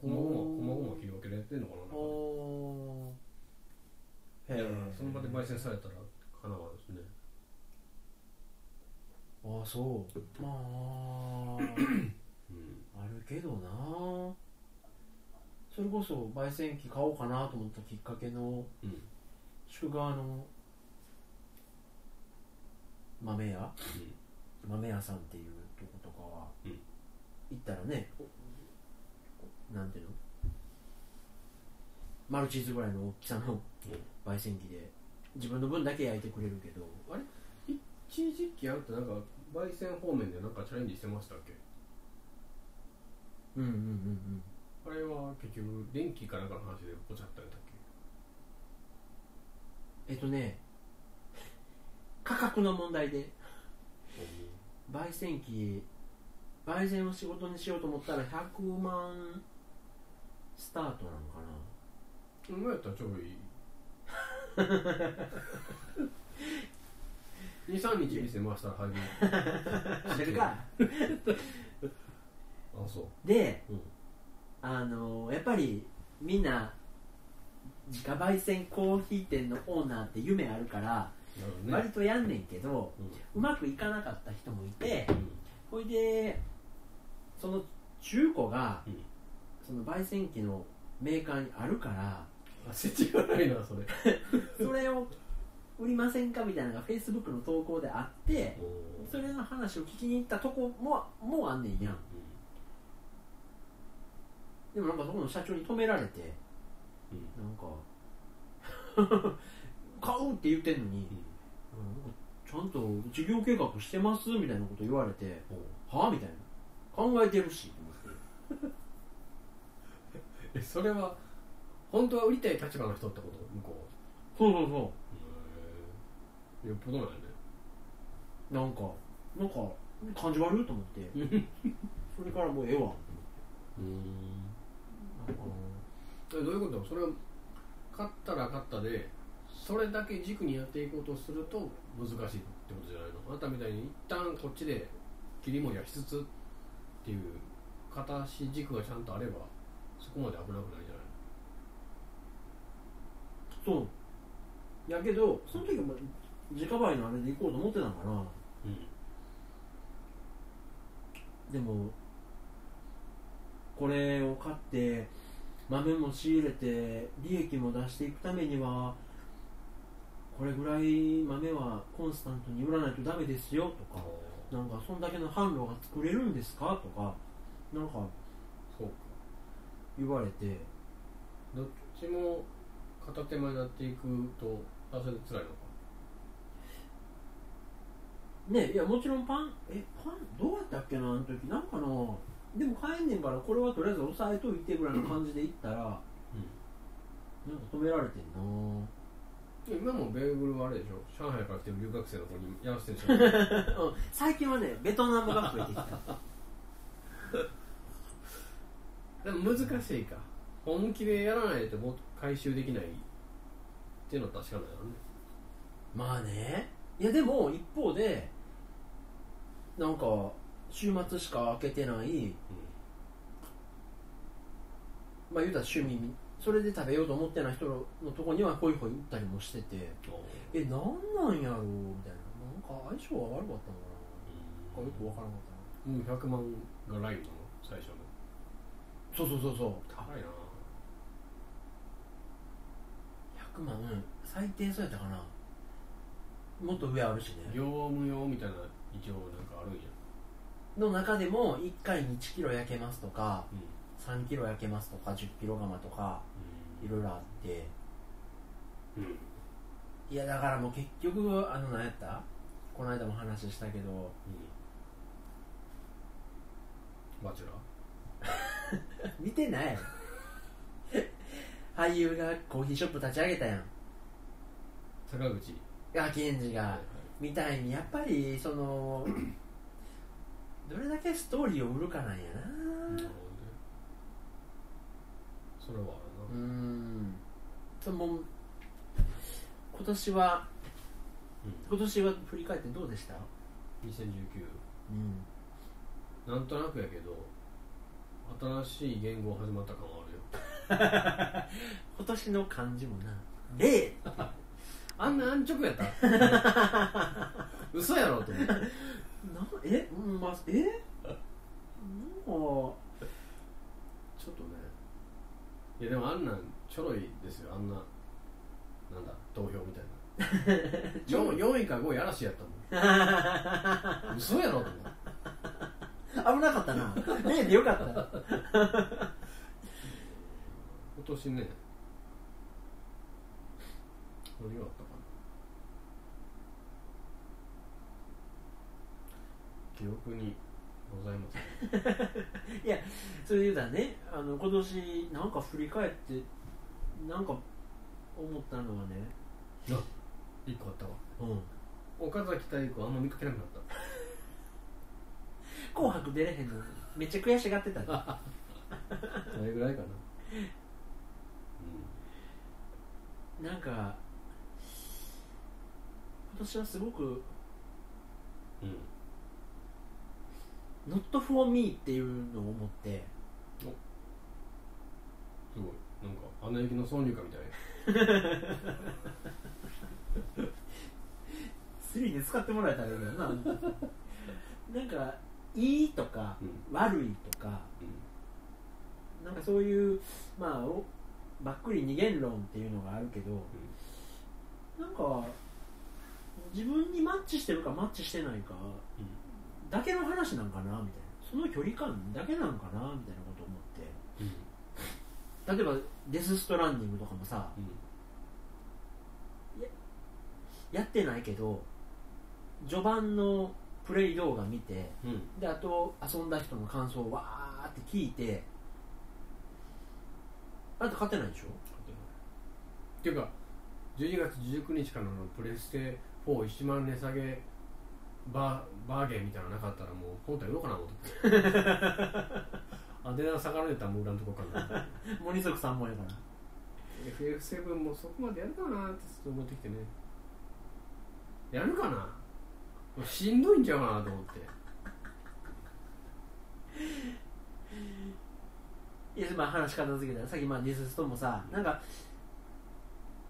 A: こまごまこまごま切り分けられてんのかななんかね
B: おーへ
A: いや
B: え
A: その場で焙煎されたらかなわんですね
B: ああそうまあ
A: うん
B: あるけどなそれこそ焙煎機買おうかなと思ったきっかけの
A: うん
B: 宿川の豆屋、豆屋さんっていうとことかは、
A: うん
B: 行ったらねなんていうのマルチーズぐらいの大きさの焙煎機で自分の分だけ焼いてくれるけど
A: 一時期あるってなんか焙煎方面でなんかチャレンジしてましたっけ
B: うんうんうんうん
A: あれは結局電気かなんかの話でぼちゃったんだっけ
B: えっとね価格の問題で焙煎機焙煎を仕事にしようと思ったら100万スタートなのかな
A: お前やったらちょう どいい23日店回したら入る
B: 知るか
A: あそう
B: で、
A: うん
B: あのやっぱりみんな自家焙煎コーヒー店のオーナーって夢あるから、
A: なるほどね
B: 割とやんねんけど
A: うん
B: うまくいかなかった人もいて
A: うん
B: ほいでその中古が、
A: うん
B: その焙煎機のメーカーにあるから
A: あ世知がないなそれ
B: それを売りませんかみたいなのがフェイスブックの投稿であってそれの話を聞きに行ったとこももうあんねんやんでもなんかそこの社長に止められて
A: うんうん
B: なんか 買うって言ってんのに、ちゃんと事業計画してますみたいなこと言われて
A: うん
B: はあみたいな考えてるしと思って
A: えそれは本当は売りたい立場の人ってこと向こ
B: そうそうそう
A: よっぽどなんや
B: うなんかなんか感じ悪いと思って
A: ね
B: それからもうええわ
A: うん
B: なんか
A: えどういうことそれを勝ったら勝ったでそれだけ軸にやっていこうとすると難しいってことじゃないのあなたみたいに一旦こっちで切り盛りはしつつっていう片足軸がちゃんとあればそこまで危なくないじゃない
B: そうやけどその時はもう自家売のあれで行こうと思ってたのかな
A: の
B: でもこれを買って豆も仕入れて利益も出していくためにはこれぐらい豆はコンスタントに売らないとダメですよとか
A: あ
B: なんかそんだけの販路が作れるんですかとかなんか
A: そうか
B: 言われて
A: どっちも片手間になっていくとあそれで辛いのか
B: ねいやもちろんパンえパンどうやったっけなあの時なんかなでも買えんねんからこれはとりあえず押さえといてぐらいの感じで行ったらなんか止められてんな
A: 今もベーグルはあれでしょ上海から来てる留学生の子にやらせてるでしょ
B: うん最近はねベトナムが増えてきた
A: でも難しいか本気でやらないともう回収できないっていうのは確かなんやろね
B: まあねいやでも一方でなんか週末しか開けてないまあ言うたら趣味みそれで食べようと思ってない人のとこにはホイホイ打ったりもしててえなんなんやろうみたいななんか相性が悪かったのかななんかよく分からなかったな
A: うん、うん、100万がライブなの最初の
B: そうそうそうそう
A: 高いな
B: 100万うん最低そうやったかなもっと上あるしね
A: 業務用みたいな一応なんかあるんや、
B: の中でも1回に1キロ焼けますとか
A: うん
B: 3キロ焼けますとか10キロ釜とかいろいろあって
A: うんうん、
B: いやだからもう結局あの何やったこの間も話したけど
A: バチェラー
B: 見てない俳優がコーヒーショップ立ち上げたやん
A: 坂口
B: あケンジがみたいにやっぱりそのどれだけストーリーを売るかな
A: な
B: んや
A: るほど
B: な
A: ねそれはあ
B: う
A: る
B: ーんともう今年は今年は振り返ってどうでした
A: な2019
B: うん
A: なんとなくやけど新しい言語始まった感はあるよ
B: 今年の漢字もな「霊
A: あんな安直やった 嘘やろと思って」
B: なえうんまあえも
A: ちょっとねいやでもあんなんちょろいですよあんななんだ投票みたいな 4, 4位か5位嵐やったもん嘘やろと思って
B: う危なかった な「霊」でよかった
A: 今年ね何があったかな記憶にございます
B: それで言うたらねあの今年なんか振り返ってなんか思ったのはね
A: 1個あったわ
B: うん
A: 岡崎体育あんま見かけなくなった
B: 「紅白」出れへんのめっちゃ悔しがってたで
A: それぐらいかな
B: なんか今年はすごく
A: うん、うん、
B: 「not for me」っていうのを思って
A: すごいなんか「アナ雪の挿入歌」みたいな
B: 3で使ってもらえたらいいけどな なんかいいとか
A: うん
B: 悪いとかなんかそういうまあおばっくり二元論っていうのがあるけどなんか自分にマッチしてるかマッチしてないか
A: うん
B: だけの話なんかなみたいなその距離感だけなんかなみたいなこと思っ
A: う
B: て
A: ん
B: 例えば「デス・ストランディング」とかもさ
A: うん
B: やってないけど序盤のプレイ動画見て
A: うんうん
B: であと遊んだ人の感想をわーって聞いてあなた勝てないでしょ
A: っていうか12月19日からのプレステ41万値下げバーバーゲンみたいなのなかったらもう本体売ろうかな思ってあ値段下がられたらもう売らんとこか な
B: 森族さんもやから
A: FF7 もそこまでやるかなってちょっと思ってきてねやるかなもうしんどいんちゃうかなと思って
B: いやまあ話片付けたらさっきまあディスストもさなんか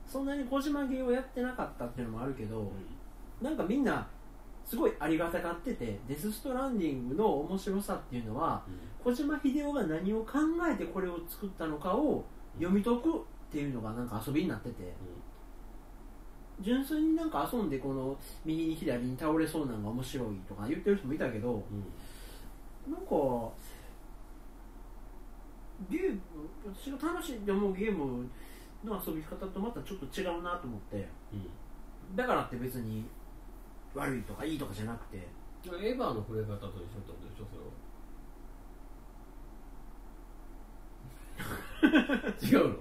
B: そんなに小島芸をやってなかったっていうのもあるけど、なんかみんなすごいありがたがっててデス・ストランディングの面白さっていうのは小島秀夫が何を考えてこれを作ったのかを読み解くっていうのがなんか遊びになってて純粋になんか遊んでこの右に左に倒れそうなのが面白いとか言ってる人もいたけどなんかゲーム私が楽しいって思うゲームの遊び方とまたちょっと違うなと思ってだからって別に悪いとかいいとかじゃなくて
A: エヴァの触れ方と一緒ってことでしょそれは違うの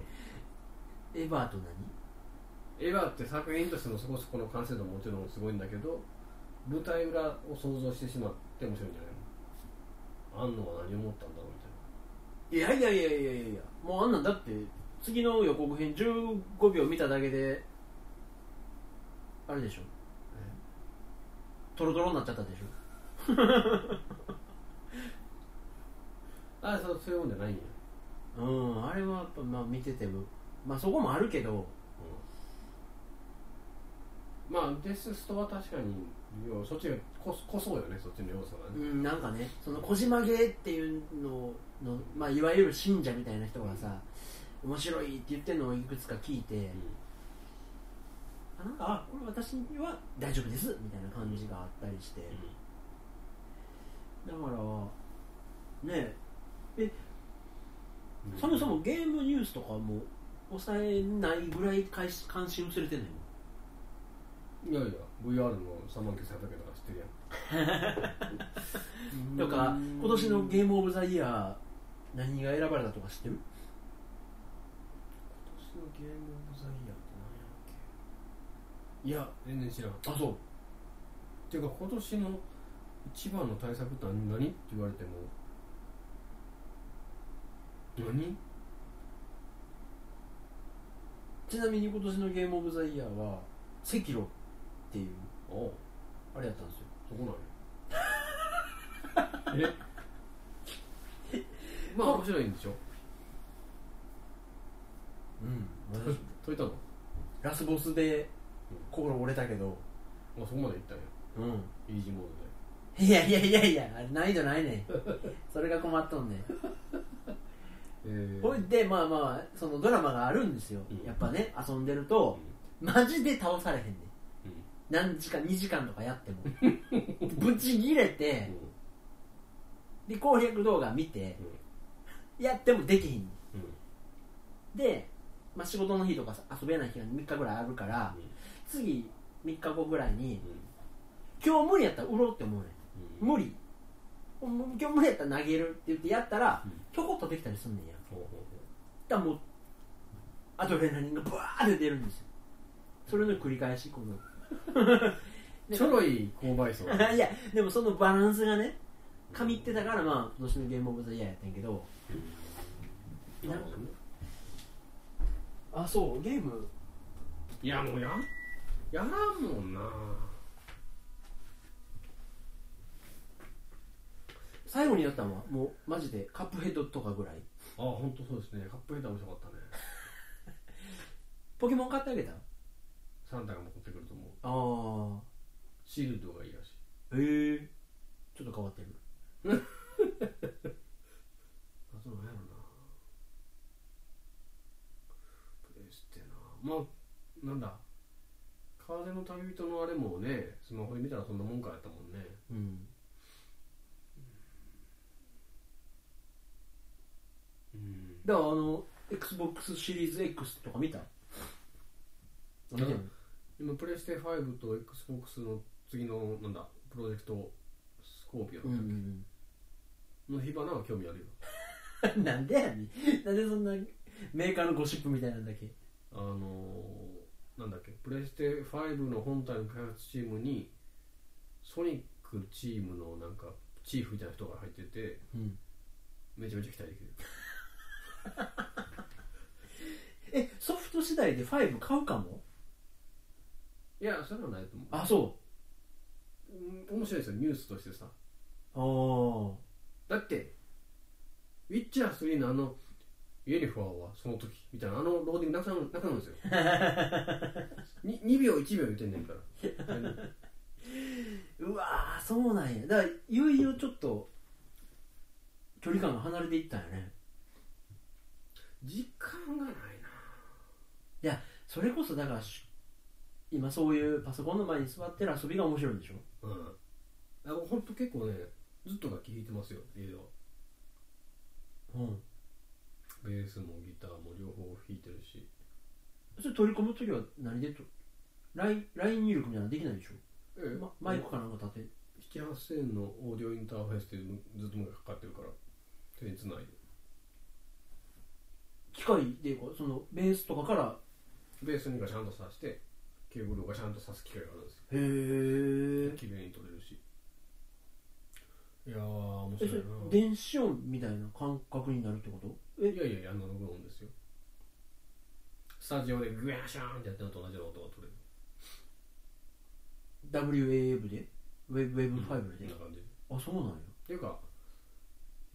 B: エヴァーと何
A: エヴァって作品としてもそこそこの完成度ももちろんすごいんだけど舞台裏を想像してしまって面白いんじゃないのあんのは何を思ったんだろうみたい
B: いやいやいやいやいやもうあんなんだって次の予告編15秒見ただけであれでしょトロトロになっちゃったでしょ
A: なあそうそういうもんじゃないんや、
B: うんあれはやっぱまあ見ててもまあそこもあるけど
A: うん、まあデスストは確かに要はそっちがここそうよねそっちの要素が
B: う
A: ね、
B: んなんかねその小島芸っていうのの、まあ、いわゆる信者みたいな人がさ面白いって言ってるのをいくつか聞いて、あなんかあこれ私には大丈夫ですみたいな感じがあったりして、だからね
A: うん
B: そもそもゲームニュースとかも抑えないぐらい関心関心薄れてんのよ
A: いやいや VR の3万9800円とか知ってる やん
B: とか今年の
A: ーム
B: ゲームオブザイヤー何が選ばれたとか知ってる
A: 今年のゲームオブザイヤーって何やっけいや全然知らん
B: あそう
A: ていうか今年の一番の対策って何って言われても何
B: ちなみに今年のゲームオブザイヤーは赤炉っていう
A: おう
B: あれやったんですよ
A: そこ なんやえまあ面白いんでしょ
B: うん私
A: 解いたの
B: ラスボスで心折れたけど
A: あそこまでいったんや
B: うん
A: イージーモー
B: いやいやいやいやあれ難易度ないねんそれが困っとんねん
A: ドでえー
B: ほいでまあまあそのドラマがあるんですよ、
A: うん
B: やっぱね遊んでるとマジで倒されへんねん
A: うん
B: 何時間2時間とかやっても ぶち切れてで攻略動画見てやってもできひんね
A: うんうん
B: んで、まあ、仕事の日とかさ遊べない日が3日ぐらいあるから次3日後ぐらいに今日無理やったら売ろうって思うねん
A: うん
B: 無理今日無理やったら投げるって言ってやったら
A: うん
B: ひょこっとできたりすんねんや
A: ほうほうほ
B: だからもうアドレナリンがブワーって出るんですよそれの繰り返しこの
A: うちょろい購買層
B: いやでもそのバランスがねかみってたからまあ今年のゲームオブザイヤーやったんやけど
A: なるほどね
B: あそうゲーム
A: いやもうややらんもんな
B: 最後にやったのはもうマジでカップヘッドとかぐらい
A: あ本当そうですねカップヘッダー面白かったね
B: ポケモン買ってあげたあ
A: サンタが持ってくると思う
B: あ
A: シールドがいいらしい
B: へえちょっと変わってる
A: あと何やろなプレステなまあなんだ風の旅人のあれもねスマホで見たらそんなもんかやったもんね
B: うん
A: うん
B: だからあの XBOX シリーズ X とか見た見てる
A: 今プレステ5と XBOX の次のなんだプロジェクトスコーピオ
B: うんうん
A: の火花は興味あるよ
B: うん なんでやねんなんでそんなメーカーのゴシップみたいなんだっけ
A: あのーなんだっけプレステ5の本体の開発チームにソニックチームのなんかチーフみたいな人が入ってて
B: うん
A: めちゃめちゃ期待できる
B: えソフト次第で5買うかも
A: いやそれはないと思う
B: あそ
A: うん面白いですよニュースとしてさ
B: うああ
A: だってウィッチャー3のあのユニフォームはその時みたいなあのローディングなくなるなくなるんですよに 2, 秒1秒言ってんねんから
B: うわーそうなんやだからいよいよちょっと距離感が離れていったんやね
A: 時間がないな
B: それこそだからし今そういうパソコンの前に座ってる遊びが面白いんでしょ
A: うんあほんと結構ねずっと楽器弾いてますよ家では
B: うん
A: ベースもギターも両方弾いてるし
B: それ取り込む時は何でとラインライン入力みたいなのできないでしょ、
A: え
B: ま、マイクかなんか立て
A: 引き8000のオーディオインターフェースっていうのずっと前からかかってるから手につないで
B: 機械でこうそのベースとかから
A: ベースにガシャンと刺してケーブルをガシャンと刺す機会があるんですよ
B: へえ
A: 綺麗に撮れるしいやー面
B: え
A: 白い
B: それ
A: な
B: 電子音みたいな感覚になるってことえ
A: いやいやアナログ音ですよスタジオでグヤシャーンってやってるのと同じような音が撮れる
B: WAV でウェブウェブファイブ
A: こん
B: で
A: な、感じ
B: あそうなんや
A: っていうか、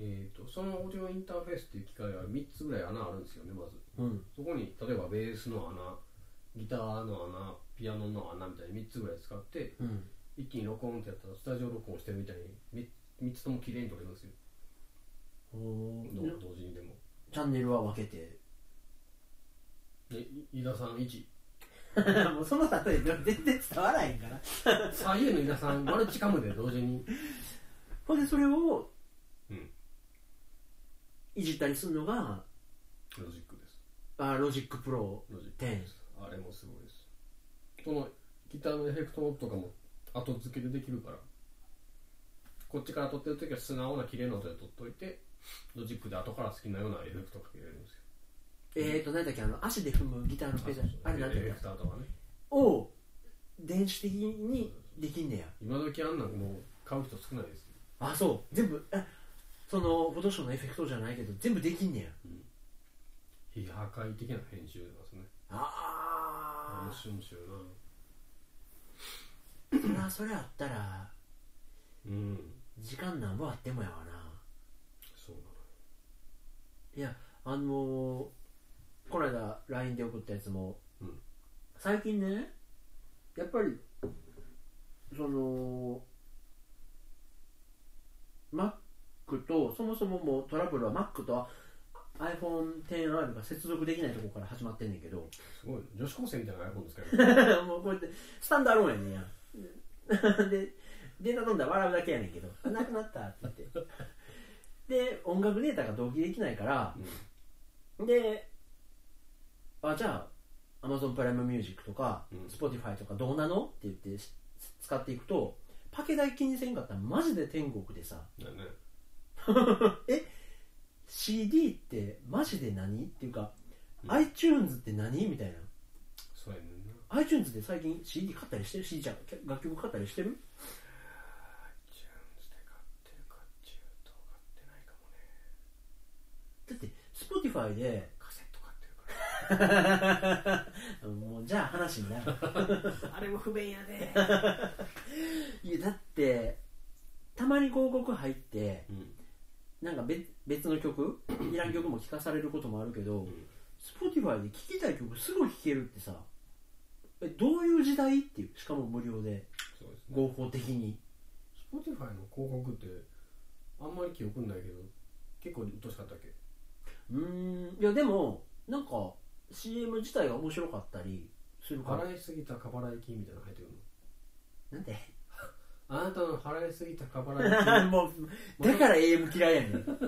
A: えー、とそのオーディオインターフェースっていう機械は3つぐらい穴あるんですよねまず
B: うん
A: そこに例えばベースの穴ギターの穴ピアノの穴みたいに3つぐらい使って
B: うん
A: 一気に録音ってやったらスタジオ録音してるみたいに 3, つとも綺麗に撮れるんですよ
B: お
A: ど
B: ー
A: 同時にでも
B: チャンネルは分けて
A: でい飯田さん1
B: もうその例えで全然伝わらへんから
A: 左右の飯田さんマルチカムで同時に
B: ほんでそれを
A: うん
B: いじったりするのが
A: ロジックです
B: あロジックプロ
A: ロジック
B: 10
A: ですあれもすごいですこのギターのエフェクトとかも後付けでできるからこっちから撮ってる時は素直な綺麗な音で撮っといてロジックで後から好きなようなエフェクトかけられるんですよ
B: えーと何だっけあの足で踏むギターのペダルあれなん
A: エ
B: て
A: フ
B: い
A: ェ
B: う
A: クターとかね
B: のを電子的にできんねや
A: 今時あんなんもう買う人少ないですよ
B: あそう全部あそのフォトショーのエフェクトじゃないけど全部できんねや
A: 非破壊的な編集なんですね
B: あ
A: 面白い面白いな
B: あそりゃそれあったら
A: うん
B: 時間なんぼあってもやわな
A: そう
B: いやあのー、この間 LINE で送ったやつも、
A: うん
B: 最近ねやっぱりその Mac とそもそももうトラブルは Mac と iPhone10R が接続できないとこから始まってんねんけど
A: すごい女子高生みたいな iPhone ですけど
B: もうこうやってスタンドアローンやねんや でデータ飛んだら笑うだけやねんけどなくなったって言ってで音楽データが同期できないから、であじゃあ Amazon プライムミュージックとか、
A: うん
B: Spotify とかどうなのって言ってし使っていくとパケ代気にせんかったらマジで天国でさ
A: うんだよね
B: え CD ってマジで何っていうか、
A: うん
B: iTunes って何みたいな
A: そうやねんな
B: iTunes で最近 CD 買ったりしてる CD じゃん楽曲買ったりしてる
A: チューンズで買ってるか中東買ってないかもね
B: だって Spotify で
A: カセット買ってるか
B: あのもうじゃあ話になる
A: らあれも不便やね
B: いやだってたまに広告入って、
A: うん
B: なんか別別の曲いらん曲も聴かされることもあるけど
A: うん
B: Spotify で聴きたい曲すぐ聴けるってさえどういう時代っていうしかも無料で
A: そうですね
B: 合法的に
A: Spotify の広告ってあんまり記憶ないけど結構うっとしかったっけ
B: うーんいやでもなんか CM 自体が面白かったりするから
A: 払いすぎた過払い金みたいなの入ってくるの
B: なんで
A: あなたの払いすぎた過払い金
B: もうだから AM 嫌いやねん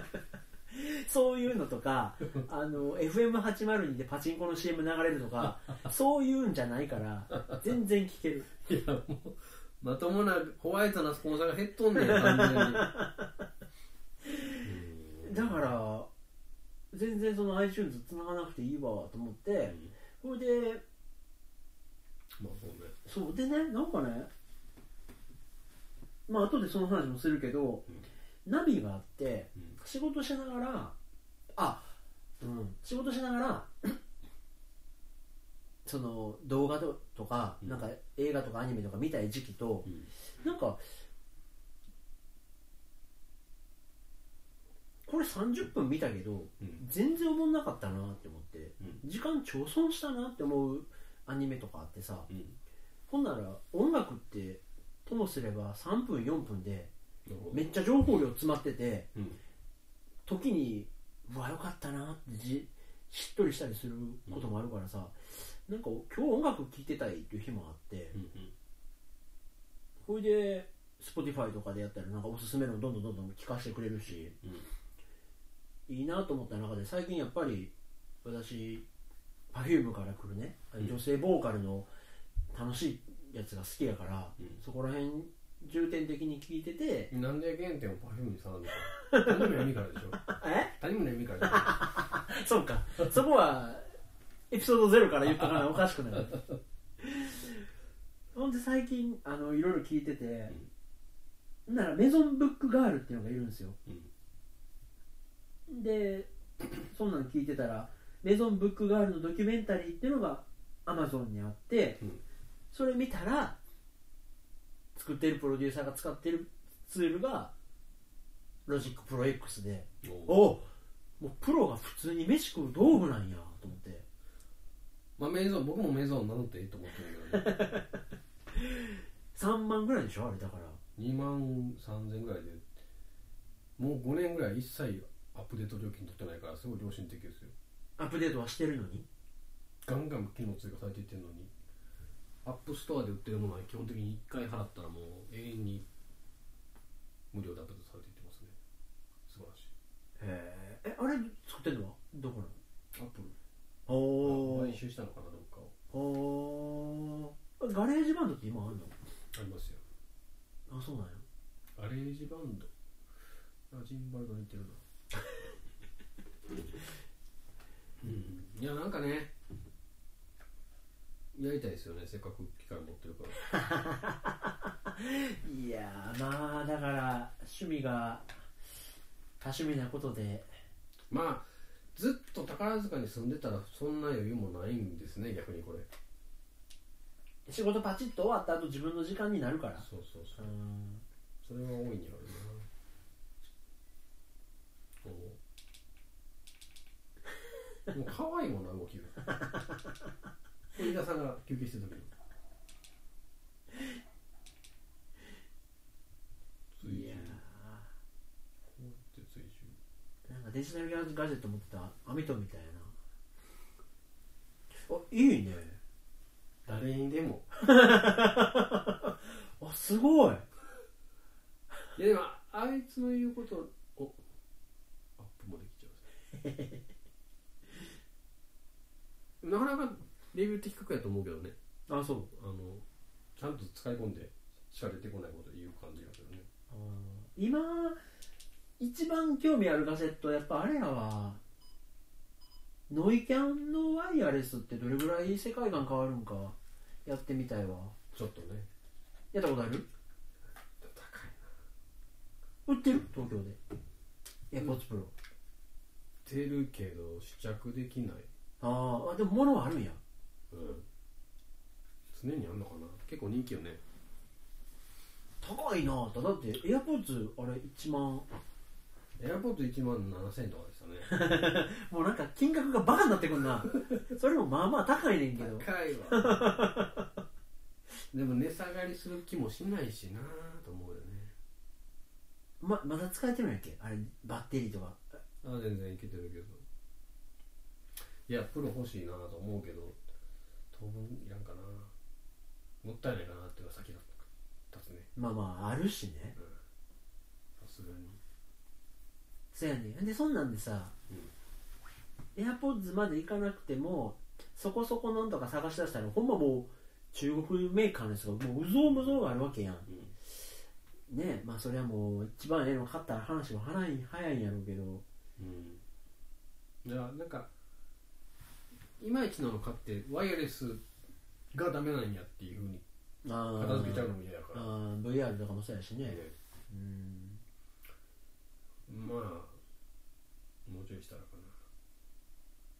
B: そういうのとかあの FM802 でパチンコの CM 流れるとかそういうんじゃないから全然聴ける
A: いやもうまともなホワイトなスポンサーが減っとんねん完全に
B: だから全然その iTunes 繋がなくていいわと思って、
A: うん
B: これで
A: まあそうね
B: そうでねなんかねまあ後でその話もするけど、ナビがあって
A: うん
B: 仕事しながらあうん仕事しながら その動画ととか、
A: うん
B: なんか映画とかアニメとか見たい時期と、
A: うん
B: なんかこれ30分見たけど
A: うん
B: 全然思んなかったなって思って
A: うん
B: 時間超損したなって思うアニメとかあってさ
A: うん
B: ほんなら音楽ってともすれば3分4分で
A: なるほど
B: めっちゃ情報量詰まってて
A: うん
B: 時にうわよかったなってじしっとりしたりすることもあるからさなんか今日音楽聴いてたいっていう日もあって
A: うんうん
B: これで Spotify とかでやったらなんかおすすめのどんどんどんどん聞かせてくれるし
A: うん
B: いいなと思った中で最近やっぱり私 Perfume から来るね
A: うん
B: 女性ボーカルの楽しいやつが好きやから、
A: うん
B: そこら辺重点的に聞いてて
A: なんで原点をパフュームに定めたの谷村由美からでしょ
B: え
A: 谷村由美からでしょ
B: そうかそこはエピソード0から言ったからおかしくなるほんで最近あのいろいろ聞いてて、ほんならメゾンブックガールっていうのがいるんですよ
A: うん
B: でそんなん聞いてたらメゾンブックガールのドキュメンタリーっていうのがアマゾンにあって、
A: うん
B: それ見たら作ってるプロデューサーが使ってるツールがロジックプロ X で
A: お
B: おうもうプロが普通に飯食う道具なんやと思って
A: まあメゾン僕もメゾン名乗っていいと思ってるけどね
B: 3万ぐらいでしょあれだから
A: 2万3000ぐらいでもう5年ぐらい一切アップデート料金取ってないからすごい良心的ですよ
B: アップデートはしてるのに
A: ガンガン機能追加されていってるのにアップストアで売ってるものは基本的に1回払ったらもう永遠に無料でアップデートされていってますね素晴らしい
B: へええあれ作ってんのはどこな
A: アップル
B: のお
A: 買収したのかなどっかを
B: おおガレージバンドって今ある
A: ありますよ
B: のあそうなんや
A: ガレージバンドあジンバルが似てるなうんいやなんかねやりたいですよねせっかく機会持ってるから
B: いやーまあだから趣味が多趣味なことで
A: まあずっと宝塚に住んでたらそんな余裕もないんですね逆にこれ
B: 仕事パチッと終わった後自分の時間になるから
A: そうそうそううんそれは大いにあるなおうもう可愛いもんな動きが飯田さんが休憩してる時に追従こうやっ
B: いや
A: て追従
B: ーなんかデジタルガジェット持ってたアミトみたいなあいいね
A: 誰にでも
B: あすごい
A: いやでもあいつの言うことをアップもできちゃうなかなかレビューって低くやと思うけどね
B: あそう
A: あのちゃんと使い込んでしか出てこないこと言う感じがするね
B: あー今一番興味あるガジェットはやっぱあれやわノイキャンのワイヤレスってどれぐらい世界観変わるんかやってみたいわ
A: ちょっとね
B: やったことある
A: 高い
B: 売ってる東京でエポッツプロ、
A: 出るけど試着できない、
B: あーあでも物はあるんや
A: うん、常にあんのかな結構人気よね
B: 高いなあだってエアポッツあれ1万
A: エアポット1万7000円とかでしたね
B: もうなんか金額がバカになってくんなそれもまあまあ高いねんけど
A: 高いわ でも値下がりする気もしないしなと思うよね
B: ままだ使えてるんやっけあれバッテリーとか
A: あ全然いけてるけどいやプロ欲しいなと思うけど当分いらんかなもったいないかなっていうのが先だった立つね
B: まあまああるしね
A: さすがに
B: そうやねんでそんなんでさ、エアポッズまで行かなくてもそこそこなんとか探し出したらほんまもう中国メーカーのやつがもううぞうむぞうがあるわけやん
A: うん
B: ねえまあそれはもう一番ええの買ったら話は早い早いんやろうけど
A: うん、いやなんかいまいちなのかってワイヤレスがダメなんやっていうふうに
B: あー
A: 片付けちゃうのも嫌やから、
B: あー VR とかもそうやしね
A: え
B: うん
A: えまあもうちょいしたらかな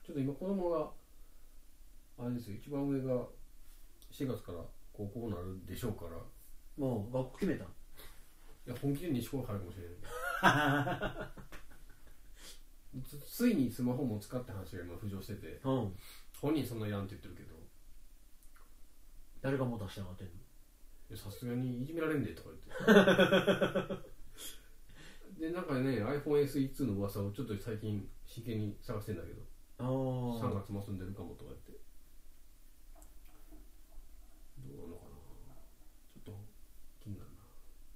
A: ちょっと今子供があれですよ一番上が4月から高校になるでしょうから
B: もう学校決めた
A: いや本気で西高入るかもしれ ないつついにスマホも使って話が今浮上してて
B: うん
A: 本人そんないらんって言ってるけど
B: 誰がもう出してなかったんの
A: いやさすがにいじめられんでとか 言ってでなんかね iPhoneSE2 の噂をちょっと最近真剣に探してんだけど
B: あ
A: 3
B: あ
A: 月も住んでるかもとか言ってどうなのかなちょっと気になる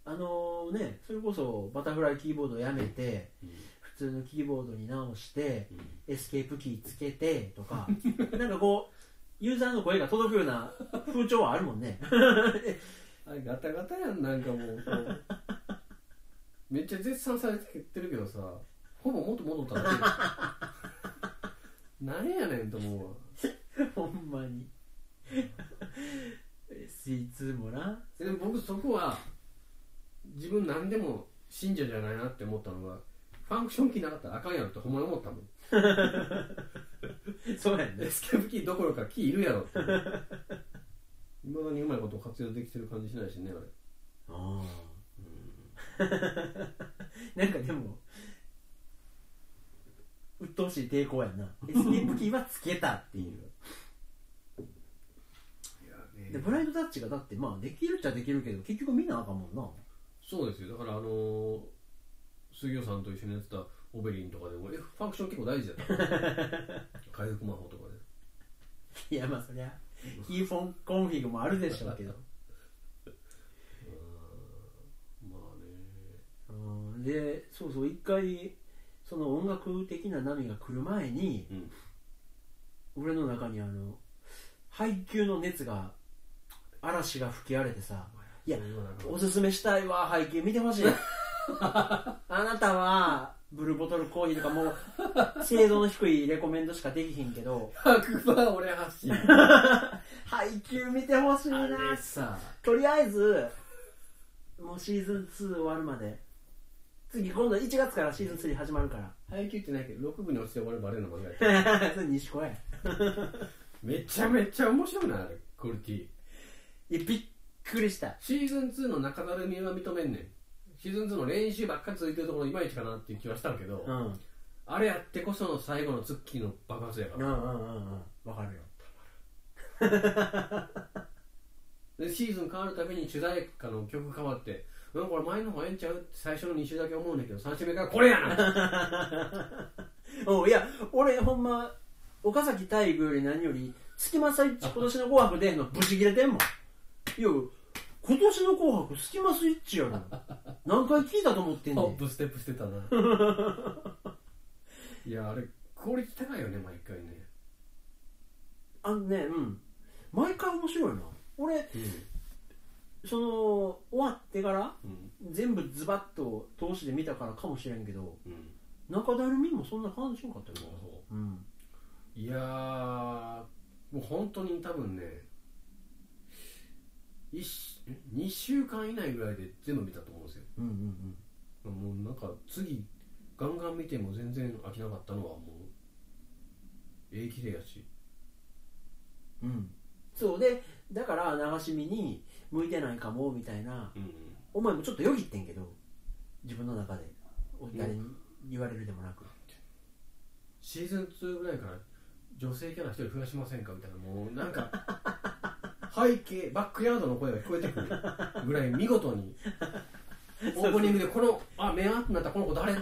A: な
B: あのねそれこそバタフライキーボードやめて
A: う
B: 普通のキーボードに直して
A: ん、
B: エスケープキーつけてと かなんかこうユーザーの声が届くような風潮はあるもんね
A: あれガタガタやんなんかもうこう めっちゃ絶賛されてるけどさほぼ元戻っただ け何やねんと思うわ
B: ほんまに SE2 もな
A: でも僕そこは自分何でも信者じゃないなって思ったのがファンクションキーなかったらあかんやろってほんまに思った もん
B: そうやんね
A: エスケープキーどころかキーいるやろっていまだにうまいこと活用できてる感じしないしねあれ
B: ああ なんかでも鬱陶しい抵抗や んなエスケープキーはつけたっていう
A: い
B: でブライトタッチがだってまあできるっちゃできるけど結局みんなあかんもんな
A: そうですよだからあのー、杉尾さんと一緒にやってたオベリンとかでもえファンクション結構大事だ った回復魔法とかで
B: いやまあそりゃ キーフォンコンフィグもあるでしょうけど
A: うーんまあね
B: うんでそうそう一回その音楽的な波が来る前に、
A: うん
B: 俺の中にあの配給の熱が嵐が吹き荒れてさいや
A: そんななんか
B: おすすめしたいわ背景見てほしい あなたはブルーボトルコーヒーとかも う精度の低いレコメンドしかできひんけど
A: 100%俺発信
B: 配給見てほしいな
A: あれさ
B: とりあえずもうシーズン2終わるまで次今度1月からシーズン3始まるから
A: 配給ってないけど6部に落ちて終わればあれの漫画やっ
B: そ
A: た
B: れ西小や
A: めちゃめちゃ面白いなあれクオリティ
B: いやびっくりした
A: シーズン2の中だるみは認めんねんシーズン2の練習ばっかり続いてるところいまいちかなっていう気はしたんけど、
B: うんうん
A: あれやってこその最後のツッキーの爆発やか
B: うんう
A: ら、
B: んうんわかるよ
A: でシーズン変わるたびに主題歌の曲変わってうんこれ前の方ええんちゃうって最初の2週だけ思うねんだけど3週目からこれやな
B: おいや俺ほんま岡崎体育より何より隙間スイッチ今年の「紅白」出んのブチ切れてんもんいや今年の「紅白」隙間スイッチやろ何回聞いたと思ってんね
A: ホッ
B: ん
A: プステップしてたないやあれクオリティ高いよね毎回ね、
B: あのねうん毎回面白いな俺
A: う
B: その終わってから
A: んうん
B: 全部ズバッと通しで見たからかもしれんけど
A: うん
B: 中だるみもそんな感じしなかったよな
A: そう
B: うん
A: いやーもう本当に多分ね2週間以内ぐらいで全部見たと思うんですよ
B: うんうん
A: もうなんか次ガンガン見ても全然飽きなかったのはもうええ綺麗やし
B: うんうんそうでだから流し見に向いてないかもみたいな
A: うん
B: お前もちょっとよぎってんけど自分の中でお誰に言われるでもなく、
A: シーズン2ぐらいから女性キャラ一人増やしませんかみたいなもうなんか背景バックヤードの声が聞こえてくるぐらい見事にオープニングでこのあ目合ってなったこの子誰
B: よ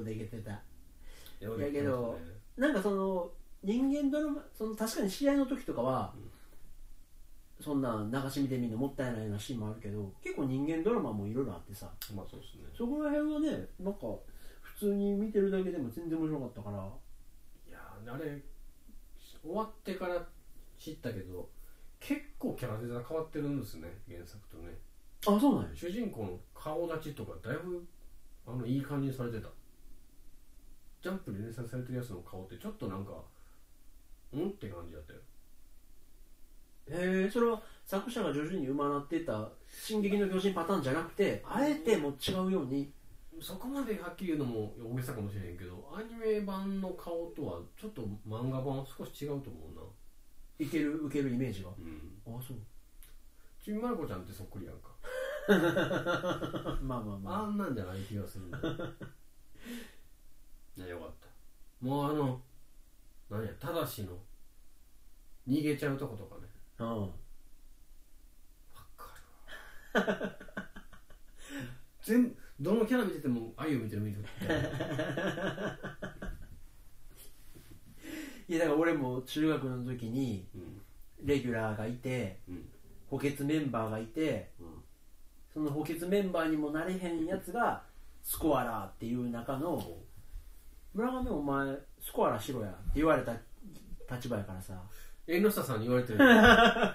B: うできてた
A: や
B: やけどなんかその人間ドラマその確かに試合の時とかは、そんな流し見で見るのもったいないようなシーンもあるけど結構人間ドラマもいろいろあってさ
A: まあそうですね
B: そこら辺はねなんか普通に見てるだけでも全然面白かったから
A: いやーあれ終わってから知ったけど結構キャラデザ変わってるんですね原作とね
B: あそうなんや
A: 主人公の顔立ちとかだいぶあのいい感じにされてたジャンプに連載されてるやつの顔ってちょっとなんかうんって感じだったよ
B: へえそれは作者が徐々に生まれてた「進撃の巨人」パターンじゃなくてあえてもう違うように
A: そこまではっきり言うのも大げさかもしれへんけどアニメ版の顔とはちょっと漫画版は少し違うと思うない
B: ける受けるイメージが
A: うん
B: あそう
A: ちびまる子ちゃんってそっくりやんか
B: まあまあまあ
A: あんなんじゃない気がす るんだよいやよかったもうあの何やただしの逃げちゃうとことかね
B: うん
A: わかるわ全どのキャラ見てても愛を見てる見てる
B: いやだから俺も中学の時に
A: うん
B: レギュラーがいて
A: うん
B: 補欠メンバーがいてその補欠メンバーにもなれへんやつがスコアラーっていう中の村上お前スコアラーしろやって言われた立場やからさ
A: 縁の下さんに言われてるあ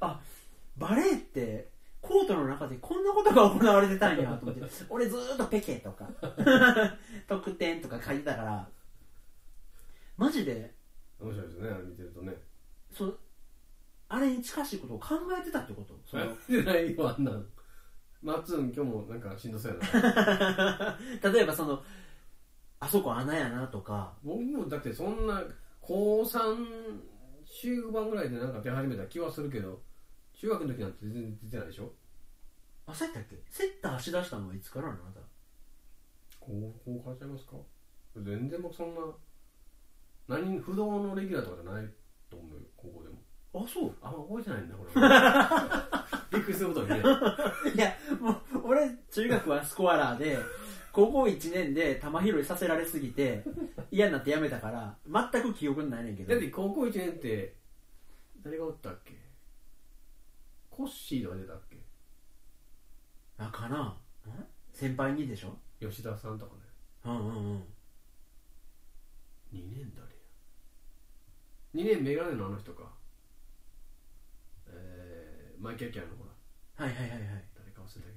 B: あバレーってコートの中でこんなことが行われてたんや と思って俺ずーっとペケとか 得点とか書いてたからマジで
A: 面白いですねあれ見てるとね
B: そのあれに近しいことを考えてたってことその
A: 見てないよあんなんマッツン今日もなんかしんどそうやな
B: 例えばそのあそこ穴やなとか
A: 僕もだってそんな高3週盤ぐらいでなんか出始めた気はするけど中学の時なんて全然出てないでしょ
B: あそうやったっけセッターしだしたのはいつからなのあな
A: 高校からちゃいますか全然僕そんな何不動のレギュラーとかじゃないと思うよ高校でも
B: たあそう
A: あんま覚えてないんだこれびっくりすることにね
B: いやもう俺中学はスコアラーで高校1年で球拾いさせられすぎて嫌になってやめたから全く記憶にないねんけ
A: だっ
B: ど
A: て高校1年って誰がおったっけコッシーとか出たっけ
B: あかな先輩にでしょ
A: 吉田さんとかね
B: うんうんうん
A: 2年誰や2年メガネのあの人かえー、マイケル・キャラのほら
B: はいはいはいはい
A: 誰か忘れたけど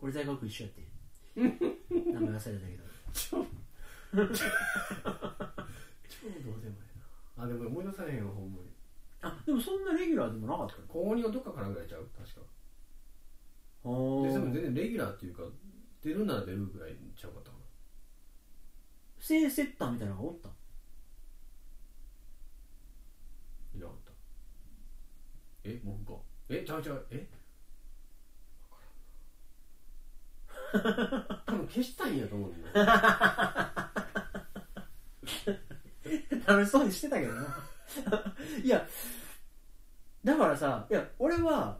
B: 俺大学一緒や って名前忘れたけど
A: 超どうでもいいなあでも思い出されへんわほんまに
B: あでもそんなレギュラーでもなかったの
A: 高2のどっかからぐらいちゃう確か
B: お
A: ででも全
B: ー
A: 然レギュラーっていうか出るなら出るぐらいちゃうかったかな
B: 正セッターみたいなのがおった
A: いなかったえ僕かえちゃうちゃうえわからんな多分消したんやと思うんだよな
B: 楽しそうにしてたけどな いやだからさいや俺は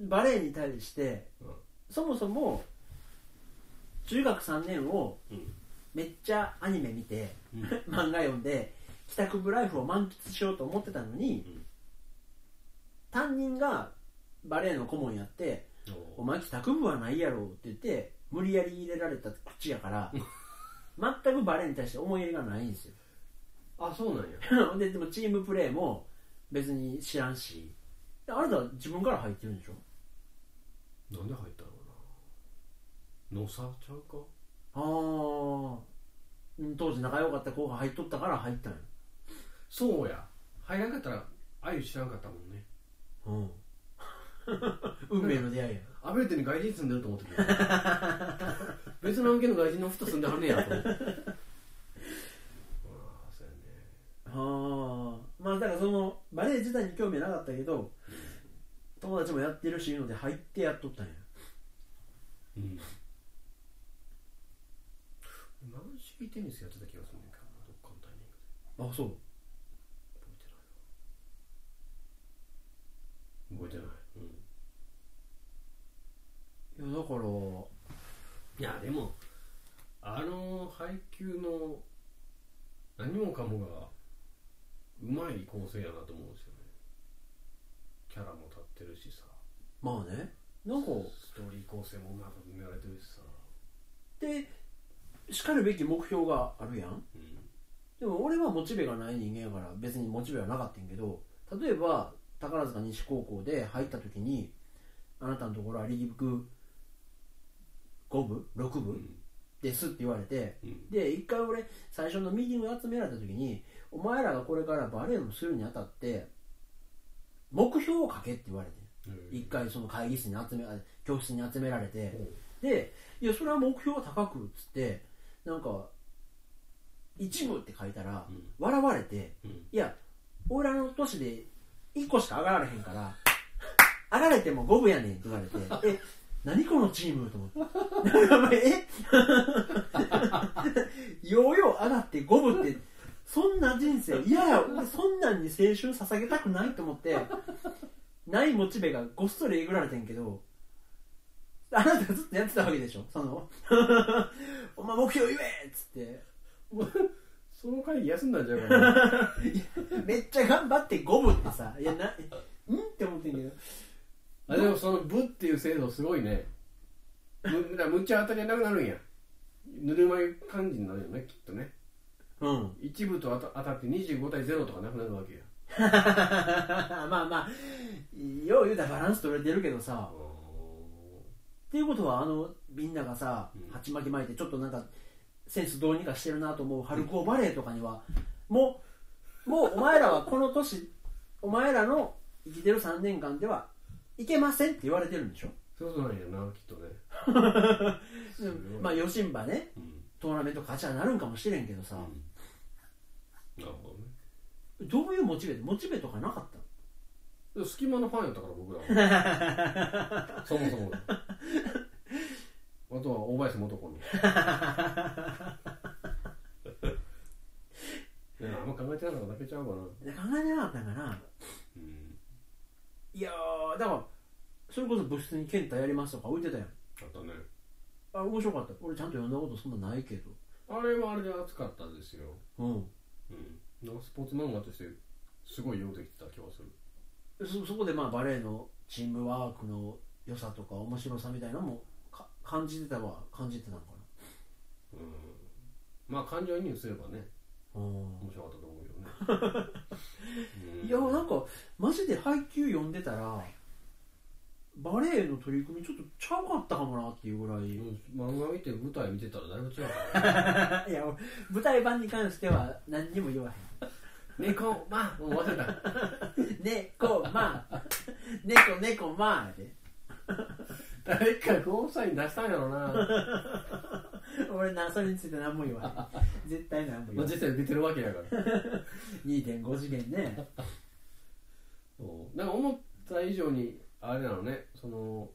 B: バレエに対して、
A: うん
B: そもそも中学3年を
A: うん
B: めっちゃアニメ見て、
A: うん
B: 漫画読んで帰宅部ライフを満喫しようと思ってたのに、
A: うん
B: 担任がバレエの顧問やって「お
A: お
B: 前帰宅部はないやろ」って言って無理やり入れられた口やから全くバレエに対して思い入れがないんですよ
A: あそうなんや
B: ででもチームプレーも別に知らんしであなたは自分から入ってるんでしょ
A: なんで入ったのかなのさちゃうか
B: ああ当時仲良かった子が入っとったから入ったんよ、
A: そうや入らんかったらあゆ知らんかったもんね
B: うん 運命の出会いや
A: アベルテに外人住んでると思ってたけど別の案件の外人の人住んではんねやと思ってああそうやね
B: ああまあだからそのバレエ自体に興味はなかったけど友達もやってるしいうので入ってやっとったんや
A: うん軟式テニスやってた気がするねんけどなどっかのタイミング
B: あそう
A: で覚えてないわ覚えてない、うん、
B: いやだか
A: いや
B: ら
A: でもあの配球の何もかもがうまい構成やなと思うんですよねキャラも立ってるしさ
B: まあねなんか
A: ストーリー構成もうまく組められてるしさ、
B: でしかるべき目標があるやん
A: うん、
B: でも俺はモチベがない人間やから別にモチベはなかったんやけど例えば宝塚西高校で入った時にあなたのところはリーグ5部6
A: う
B: 部
A: ん
B: ですって言われて
A: うん
B: で一回俺最初のミーティング集められた時にお前らがこれからバレエをするにあたって目標を書けって言われて一回その会議室に集め教室に集められてでいやそれは目標は高くっつってなんか一部って書いたら
A: うん
B: 笑われて
A: うん
B: いや俺らの年で1個しか上がられへんから上がれても五分やねんって言われてえ何このチームと思って えようよう上がって五分ってそんな人生いやや俺そんなんに青春捧げたくないと思ってないモチベがごっそりえぐられてんけどあなたがずっとやってたわけでしょその お前目標言えっつって
A: その回休んだんじゃないかな
B: めっちゃ頑張って五分ってさ、いや、な、んって思ってんけど。
A: あでもその「ぶ」っていう制度すごいねむだからむっちゃ当たりはなくなるんやぬるま湯感じになるよねきっとね
B: うん。
A: 一部と当た当たって25対0とかなくなるわけや
B: まあまあ、よう言うたらバランス取れてるけどさ。っていうことは、あの、みんながさ
A: う、ん
B: 鉢巻き巻いて、ちょっとなんか、センスどうにかしてるなと思う春高バレーとかには、もう、もうお前らはこの年、お前らの生きてる3年間では、いけませんって言われてるんでしょ
A: そういうことなんやなきっと ねすごい
B: まあ、ヨシンバね、
A: うん
B: トーナメント勝ちはなるんかもしれんけどさ、
A: なるほどね
B: どういうモチベモチベとかなかった
A: でも隙間のファンやったから僕ら はそもそもあとは大林素子 にいやあんま考えてなかっただけちゃうかな
B: 考えなかったんかな
A: うん
B: いやーだからそれこそ部室に健太やりますとか置いてたやん
A: あとね
B: あ面白かった俺ちゃんと読んだことそんなないけど
A: あれはあれで熱かったですよ
B: う
A: う
B: ん
A: んなんかスポーツ漫画としてすごいようできてた気はする
B: そそこでまあバレエのチームワークの良さとか面白さみたいなのもか感じてたは感じてたのか
A: うんまあ感情移入すればね
B: なうん
A: 面白かったと思うけどね うん
B: いやなんかマジで配給読んでたらバレエの取り組みちょっとちゃうかったかもなっていうぐらい、
A: 漫画見て舞台見てたらだいぶ違うから ね
B: いや俺舞台版に関しては何にも言わ
A: 猫まあもう忘れた
B: へん 猫まあ 猫猫まあやで
A: 誰かゴーサイン出したんやろ な
B: 俺なそれについて何も言わへん 絶対何も言
A: まあ
B: わへん
A: 実際出てるわけやから
B: 2.5次元ね
A: そうなんか思った以上にあれなのねその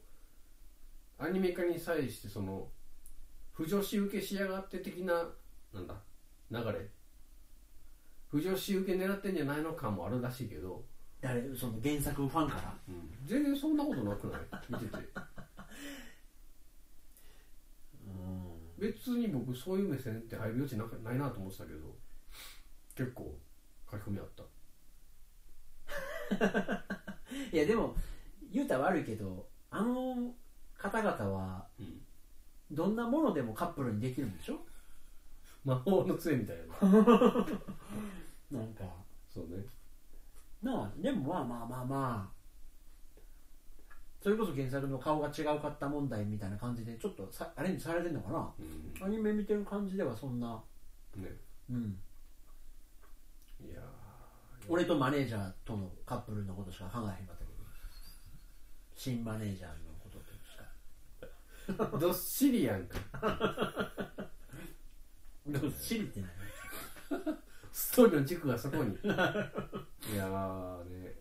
A: アニメ化に際してその不女子受けしやがって的ななんだ流れ不女子受け狙ってんじゃないの感もあるらしいけど、
B: 誰その原作ファンから
A: 全然そんなことなくない見てて
B: う
A: 別に僕そういう目線って入る余地なんかないなと思ってたけど結構書き込みあった
B: んいやでも言うたら悪いけどあの方々は
A: うん
B: どんなものでもカップルにできるんでしょ
A: 魔法の杖みたいな
B: なんか
A: そうね
B: なあでもまあまあまあまあそれこそ原作の顔が違うかった問題みたいな感じでちょっとさアレンジされてんのかな
A: うん
B: アニメ見てる感じではそんな、
A: ね
B: うん、
A: いやー
B: 俺とマネージャーとのカップルのことしか考えへんかったけど新マネージャーのことってしか
A: どっしりやんか
B: どっしりってない
A: ストーリーの軸がそこにいやーね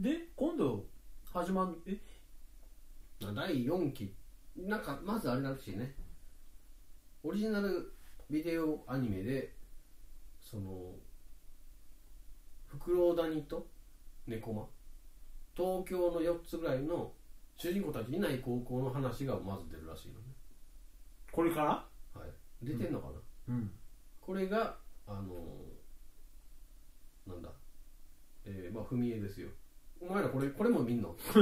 B: で今度始まるえ
A: まあ第4期なんかまずあれらしいねオリジナルビデオアニメでそのフクロウダニとネコマ東京の4つぐらいの主人公たちいない高校の話がまず出るらしいのね、
B: これから
A: はい、出てんのかな、
B: うん
A: これがあのーなんだえー、まあ踏み絵ですよお前らこれこれも見んの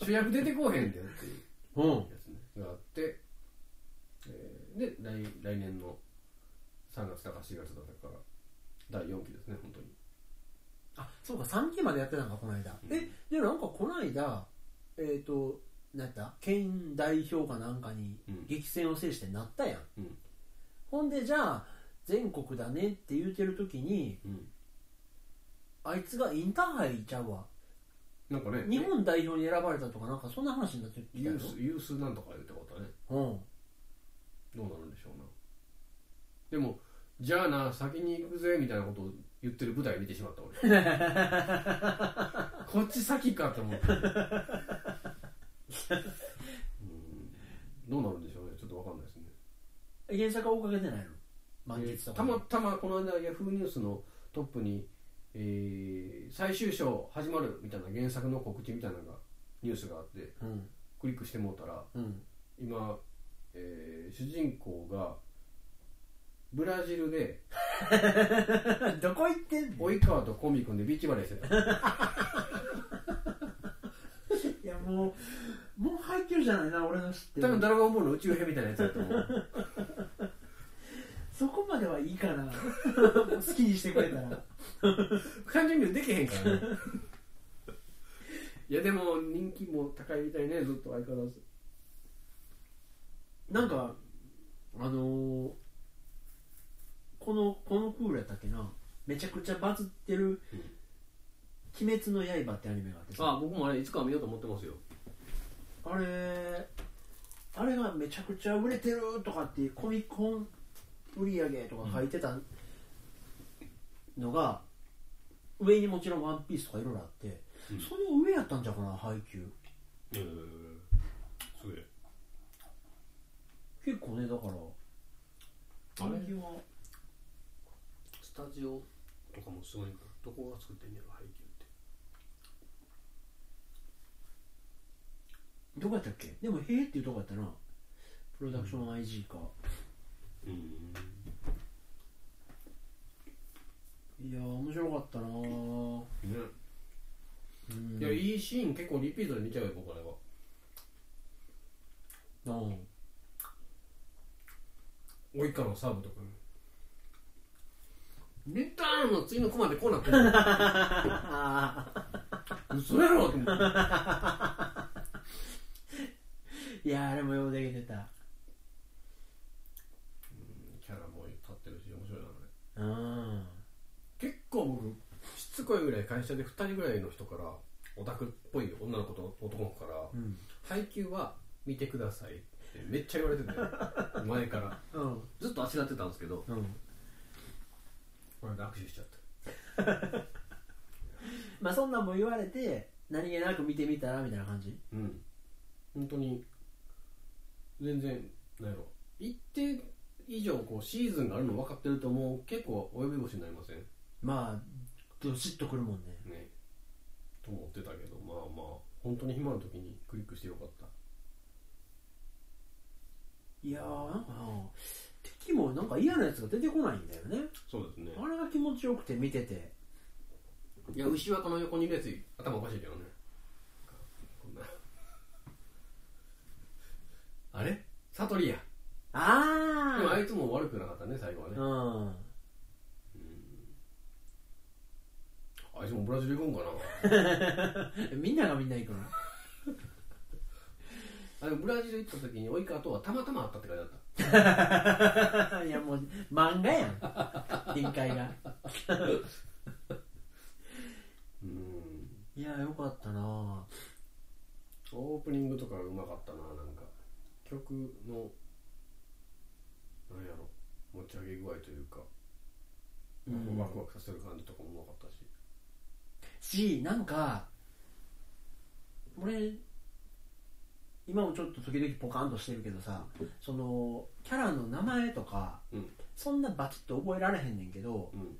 A: 主役出てこうへんでっていう
B: うん
A: やつねがあって、えーで来来年の3月だか4月だかから第4期ですね本当に
B: あそうか3期までやってたんかこの間、えでもなんかこの間えっ、となんやった県代表かなんかに
A: うん
B: 激戦を制してなったやん、
A: うん
B: ほんでじゃあ全国だねって言うてる時に
A: うん
B: あいつがインターハイ行っちゃうわ
A: なんかね
B: 日本代表に選ばれたとかなんかそんな話になってきた
A: ユ
B: よ
A: ースユースなんとか言うってことね
B: うん
A: どうなるんでしょうなでもじゃあな先に行くぜみたいなことを言ってる舞台見てしまった 俺こっち先かと思ってうんどうなるんでしょうねちょっとわかんないですね
B: 原作は追っかけてないの満
A: え
B: 喫
A: ー
B: と
A: た
B: か、
A: またまこの間ヤフーニュースのトップに、えー最終章始まるみたいな原作の告知みたいなのがニュースがあって
B: うん
A: クリックしてもうたら
B: うん
A: 今、えー主人公がブラジルで
B: どこ行ってんの
A: 及川とコンビ組んでビーチバレーしてた
B: いやもうもう入ってるじゃないな俺の知って
A: 多分
B: る
A: ドラゴンボールの宇宙編みたいなやつだと思う
B: そこまではいいか なもう好きにしてくれたら
A: 感情移入できへん からねいやでも人気も高いみたいねずっと相変わらず
B: なんかあのーこのこのクールやったっけなめちゃくちゃバズってる「鬼滅の刃」ってアニメがあってさ
A: 僕もあれいつかは見ようと思ってますよ
B: あれあれがめちゃくちゃ売れてるとかっていうコミコン売り上げとか書いてたのが、上にもちろん「ワンピースとかいろいろあって、
A: うん
B: その上やったんじゃうかな配給
A: へえすげえ
B: 結構ねだから
A: あれ
B: 人気は
A: スタジオとかもすごいんかなどこが作ってんねやろ配給って
B: どこやったっけでも「へえ」っていうとこやったなプロダクション IG か、
A: うん
B: いやー面白かったなーうん
A: いやいいシーン結構リピートで見ちゃうよ僕あれは
B: うん
A: 及川のサーブとかね見たーーンの次のコマでこうなってる 嘘やろと思って
B: いやあれもようできてた
A: キャラも立ってるし面白いなあれ
B: うん
A: 結構僕しつこいぐらい会社で2人ぐらいの人からオタクっぽい女の子と男の子から
B: うん
A: 「配給は見てください」ってめっちゃ言われて て前から
B: うん
A: ずっとあしらってたんですけど
B: うん
A: これで握手しちゃった
B: まあそんなんも言われて何気なく見てみたらみたいな感じ
A: うん本当に全然なんやろ一定以上こうシーズンがあるの分かってるともう結構及び腰になりません
B: まあどしっとくるもんね
A: ねと思ってたけどまあまあ本当に暇の時にクリックしてよかった
B: いやーなんかな敵もなんか嫌なやつが出てこないんだよね
A: そうですね
B: あれが気持ちよくて見てて
A: いや牛はこの横にいるやつ頭おかしいけどねこんなあれ悟りやでもあ
B: あ
A: いつも悪くなかったね最後はね
B: あうん
A: あいつもブラジル行くんか
B: みんながみんな行くの
A: なあれブラジル行った時に及川とはたまたま会ったって感じだった
B: いやもう漫画や ん展開が
A: うん
B: いやよかったな
A: オープニングとかうまかったななんか曲のなんやろ持ち上げ具合というか、
B: うん
A: ワクワクさせる感じとかもうまかったし
B: しなんか俺今もちょっと時々ポカンとしてるけどさそのキャラの名前とか、
A: うん
B: そんなバチッと覚えられへんねんけど
A: うん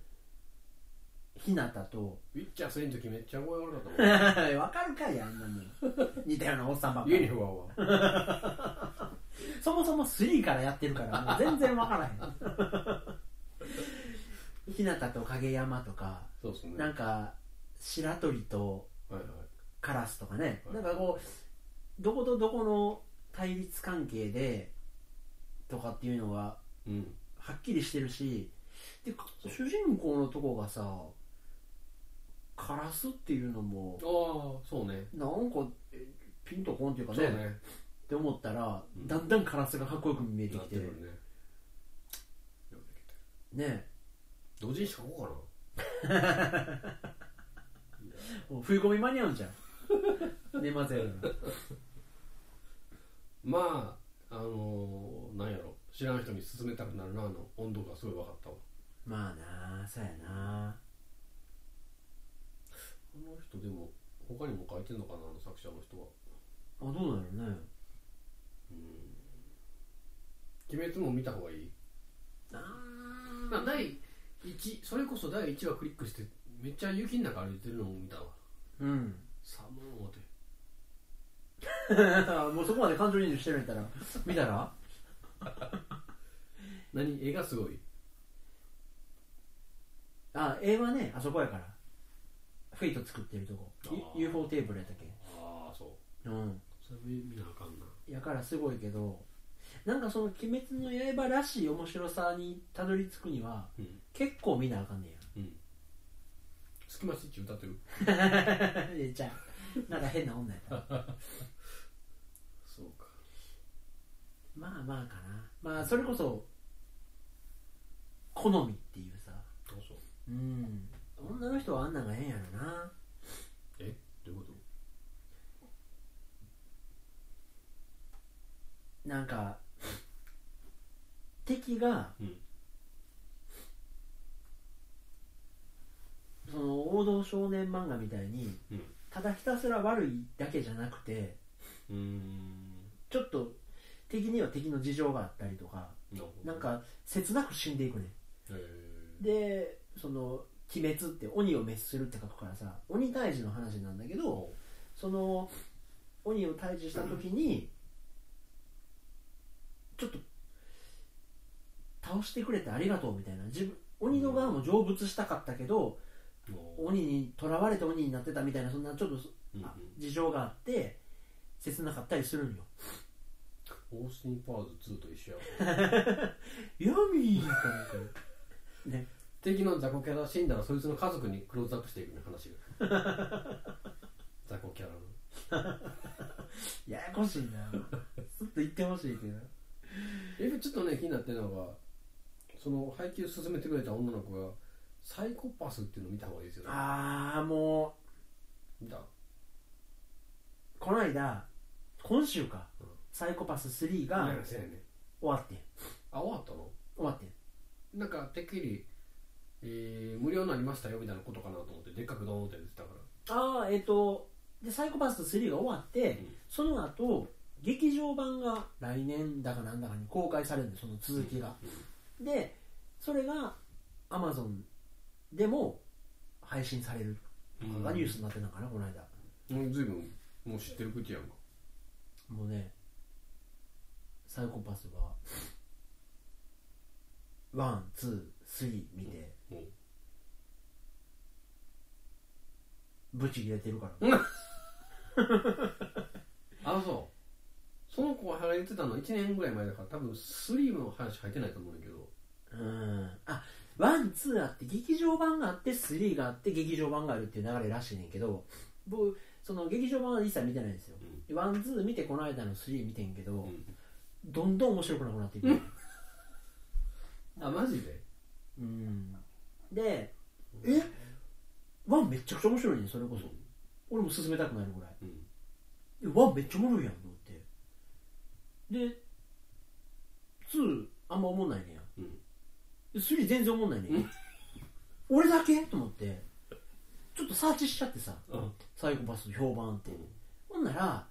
B: ひなた と
A: ウィッチャー3の時めっちゃ声悪かっ
B: わ
A: たもん
B: かるかいあんな もん似たようなおっさんば っか
A: 家に
B: り
A: 不安は
B: そもそも3からやってるからもう全然わから へんひなたと影山とか
A: そうですね
B: なんか白鳥と
A: はいはい
B: カラスとかね、
A: はい
B: なんかこうどことどこの対立関係でとかっていうのが
A: うん
B: はっきりしてるしで主人公のとこがさカラスっていうのも
A: ああそうね
B: なんかえピンとこんっていうか
A: そう
B: ね
A: ね
B: って思ったら
A: うん
B: だんだんカラスがかっこよく見えて
A: な
B: き
A: って
B: て
A: くるねよくできて
B: ね
A: る同時にしかこうかな
B: もう冬込み間に合うんじゃん 寝ません
A: まああのー、なんやろ知らん人に勧めたくなるなあの温度がすごい分かったわ
B: まあなそうやな
A: あの人でも他にも書いてんのかなあの作者の人は
B: あどうなのね
A: うん鬼滅も見た方がいい、まあ、
B: あ
A: 第一それこそ第1話クリックしてめっちゃ雪の中歩いてるのも見たわ
B: うん
A: 寒い思て
B: もうそこまで感情移入してるんやったら見たら
A: 何絵がすごい
B: あ絵はねあそこやからフェイト作ってるとこ
A: あー
B: U- UFO テーブルやったっけ
A: ああそう
B: うん
A: それ見見なあかんな
B: やからすごいけどなんかその「鬼滅の刃」らしい面白さにたどり着くには
A: うん
B: 結構見なあかんねんや
A: うんスキマスイッチ歌ってる
B: えじゃあなんか変な女やった
A: そうか
B: まあまあかなまあそれこそ好みっていうさ
A: どうぞ
B: うん女の人はあんなんが変やろな
A: えどういうこと
B: なんか敵が、
A: うん
B: その王道少年漫画みたいに、
A: うん
B: ただひたすら悪いだけじゃなくて
A: うーん
B: ちょっと敵には敵の事情があったりとか
A: なるほど
B: なんか切なく死んでいくね
A: えー、
B: でその「鬼滅」って鬼を滅するって書くからさ鬼退治の話なんだけどその鬼を退治した時に、ちょっと倒してくれてありがとうみたいな自分鬼の側も成仏したかったけど、
A: も
B: 鬼に囚われて鬼になってたみたいなそんなちょっとそ、
A: う、うんう
B: あ
A: ん、
B: 事情があって切なかったりするんよ
A: オースティン・パワーズ2と一緒やわ
B: 闇ーとかなんかね
A: 敵の雑魚キャラ死んだらそいつの家族にクローズアップしていくね話が雑魚キャラの
B: ややこしいなずっと言ってほしいけど
A: えちょっとね気になってるのがその配給進めてくれた女の子がサイコパスっていうの見た方がいいですよね
B: ああも
A: 見た
B: うこの間今週か、
A: うん
B: サイコパス3
A: あ
B: が
A: そうやね
B: 終わってん
A: あ終わったの
B: 終わってん
A: なんかてっきり、えー無料になりましたよみたいなことかなと思ってでっかくドーンって出てたから
B: ああえっ、とでサイコパス3が終わって、
A: ん
B: その後劇場版が来年だかなんだかに公開されるんでその続きが、でそれがアマゾンでも配信されるとかがニュースになってたのかな、この間
A: もう随分もう知ってる口やんか
B: もうねサイコパスはワンツースリー見て
A: もう
B: ブチ切れてるから、
A: あそうその子が入ってたの1年ぐらい前だから多分3の話入ってないと思うんだけど
B: うんあワンツーあって劇場版があってスリーがあって劇場版があるっていう流れらしいねんけど僕その劇場版は一切見てないんですよ
A: うん
B: でワンツー見てこの間のスリー見てんけど、
A: ん
B: どんどん面白くなくなっていく、うん
A: あマジで
B: でえワンめっちゃくちゃ面白いねんそれこ
A: う
B: そ、
A: ん
B: 俺も進めたくなるぐらい
A: うん
B: えワンめっちゃおもろいやんと思ってでツーあんまおもんないねんや
A: うん
B: 3全然思んないね俺だけと思ってちょっとサーチしちゃってさ、
A: うん
B: サイコパスの評判って、
A: うん
B: ほんなら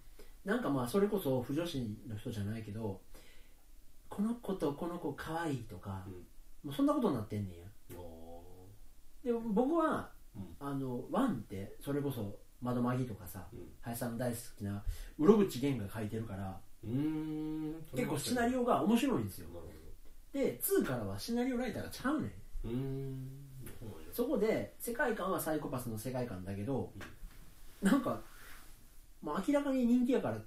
B: なんかまあそれこそ不女子の人じゃないけどこの子とこの子可愛いとか、
A: うん
B: もうそんなことになってんねんや
A: お
B: で僕は、
A: うん
B: あのワンってそれこそ窓マギとかさ、
A: うん
B: 林さんの大好きなうろぶちが書いてるから
A: うーん
B: 結構シナリ
A: オ
B: オが面白いんですよ
A: なる
B: で2からはシナリオライターがちゃうねん
A: ほどうーんそうなんや
B: そこで世界観はサイコパスの世界観だけど、なんかもう明らかに人気やから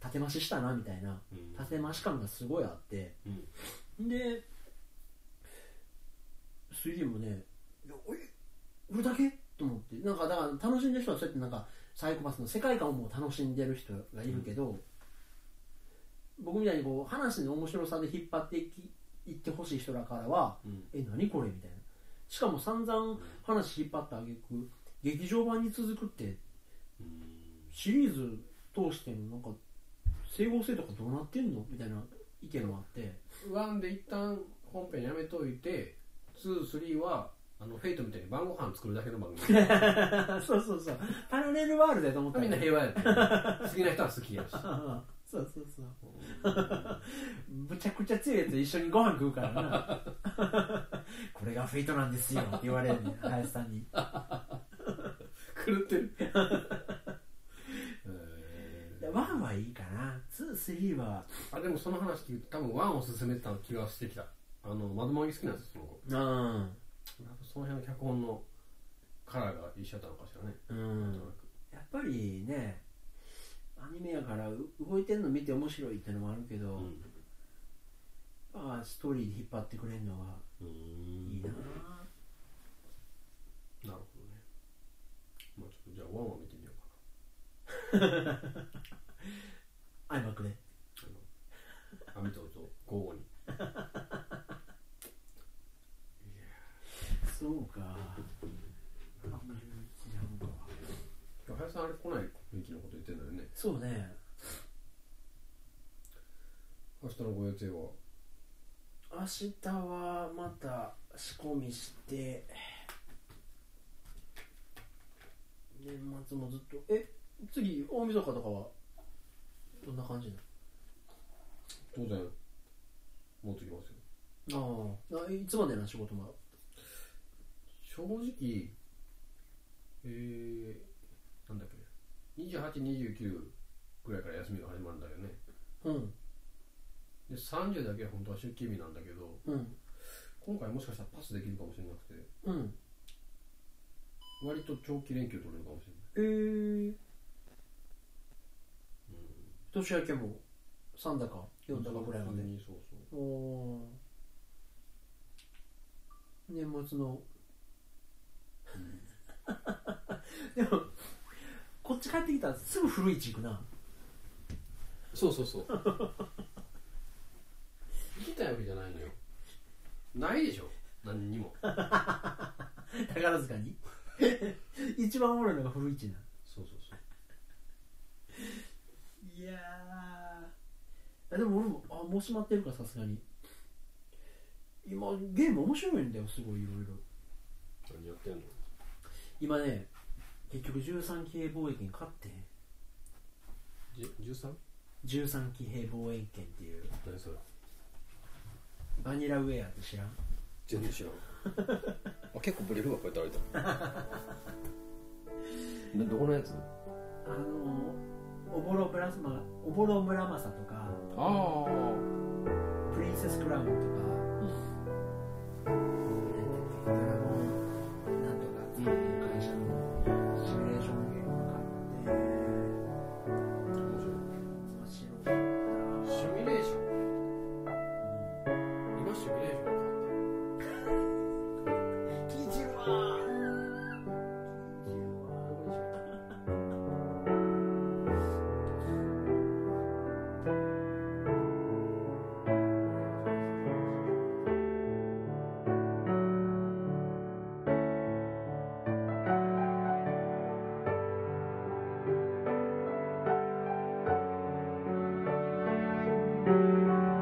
B: 縦増ししたなみたいな
A: うん
B: 縦増し感がすごいあって
A: うん
B: で 3D もねいやえ俺だけと思ってなんかだから楽しんでる人はそうやってなんかサイコパスの世界観をもう楽しんでる人がいるけど、僕みたいにこう話の面白さで引っ張っていきいってほしい人らからは
A: うん
B: え何これみたいなしかも散々話引っ張ったあげく劇場版に続くって
A: うん
B: シリーズ通してのなんか整合性とかどうなってんのみたいな意見もあって
A: ワンで一旦本編やめといて23はあのフェイトみたいに晩ご飯作るだけの番 組
B: そうそうそうパラレルワールドやと思った
A: みんな平和やって好きな人は好きやし
B: 和 そうそうそうむちゃくちゃ強いやつ一緒にご飯食うからな これがフェイトなんですよって言われるねん林さんに
A: 狂ってる
B: でワンはいいかな23は
A: あでもその話聞いて多分ワンを勧めてた気がしてきたあの窓マギ好きなんですよその子
B: うん
A: その辺の脚本のカラーが一緒だったのかしらね、
B: う
A: なんとなく
B: やっぱりねアニメやからう動いてんの見て面白いってのもあるけど、まあストーリーで引っ張ってくれるのは
A: うん
B: いい
A: な
B: な、
A: るほどねまあちょっとじゃあワンを見てみようか
B: アイマックで
A: なあの網とと交互に
B: そうかなんか
A: 今日林さんあれ来ない雰囲気のこと言ってんだよね
B: そうね
A: 明日のご予定は
B: 明日はまた仕込みして年末もずっとえ次大晦日とかはどんな感じなの
A: 当然持ってきますよ
B: ああいつまでな仕事も
A: 正直えー、なんだっけ2829ぐらいから休みが始まるんだよね
B: うん
A: で30だけ本当は出勤日なんだけど
B: うん
A: 今回もしかしたらパスできるかもしれなくて
B: うん
A: 割と長期連休取れるかもしれ
B: えー、
A: ない、
B: 年明けも3だか4だかぐらいまで
A: 普通にそうそう
B: おお年末の、 でもこっち帰ってきたらすぐ古市行くな
A: そうそうそう 行きたいわけじゃないのよないでしょ何にも
B: 宝塚 に一番おもろいのが古市な
A: そうそうそう
B: いやーでも俺もあもう閉まってるからさすがに今ゲーム面白いんだよすごいいろいろ
A: 何やってんの
B: 今ね結局13期兵防衛権勝ってん
A: 13?
B: 13期兵防衛権っていう
A: 何それ
B: バニラウェアって知らん
A: 全然知らん あ結構ブレるわこうやって歩いた どこのやつ
B: あのおぼろぶらまおぼろ村正とか
A: ああ
B: プリンセスクラウンとか、なんだっけドラゴンなんとかっていう会社のシミュレーションゲームを買って面白かっ
A: シミュレーション
B: た
A: 今シミュレーション
B: キジは
A: あ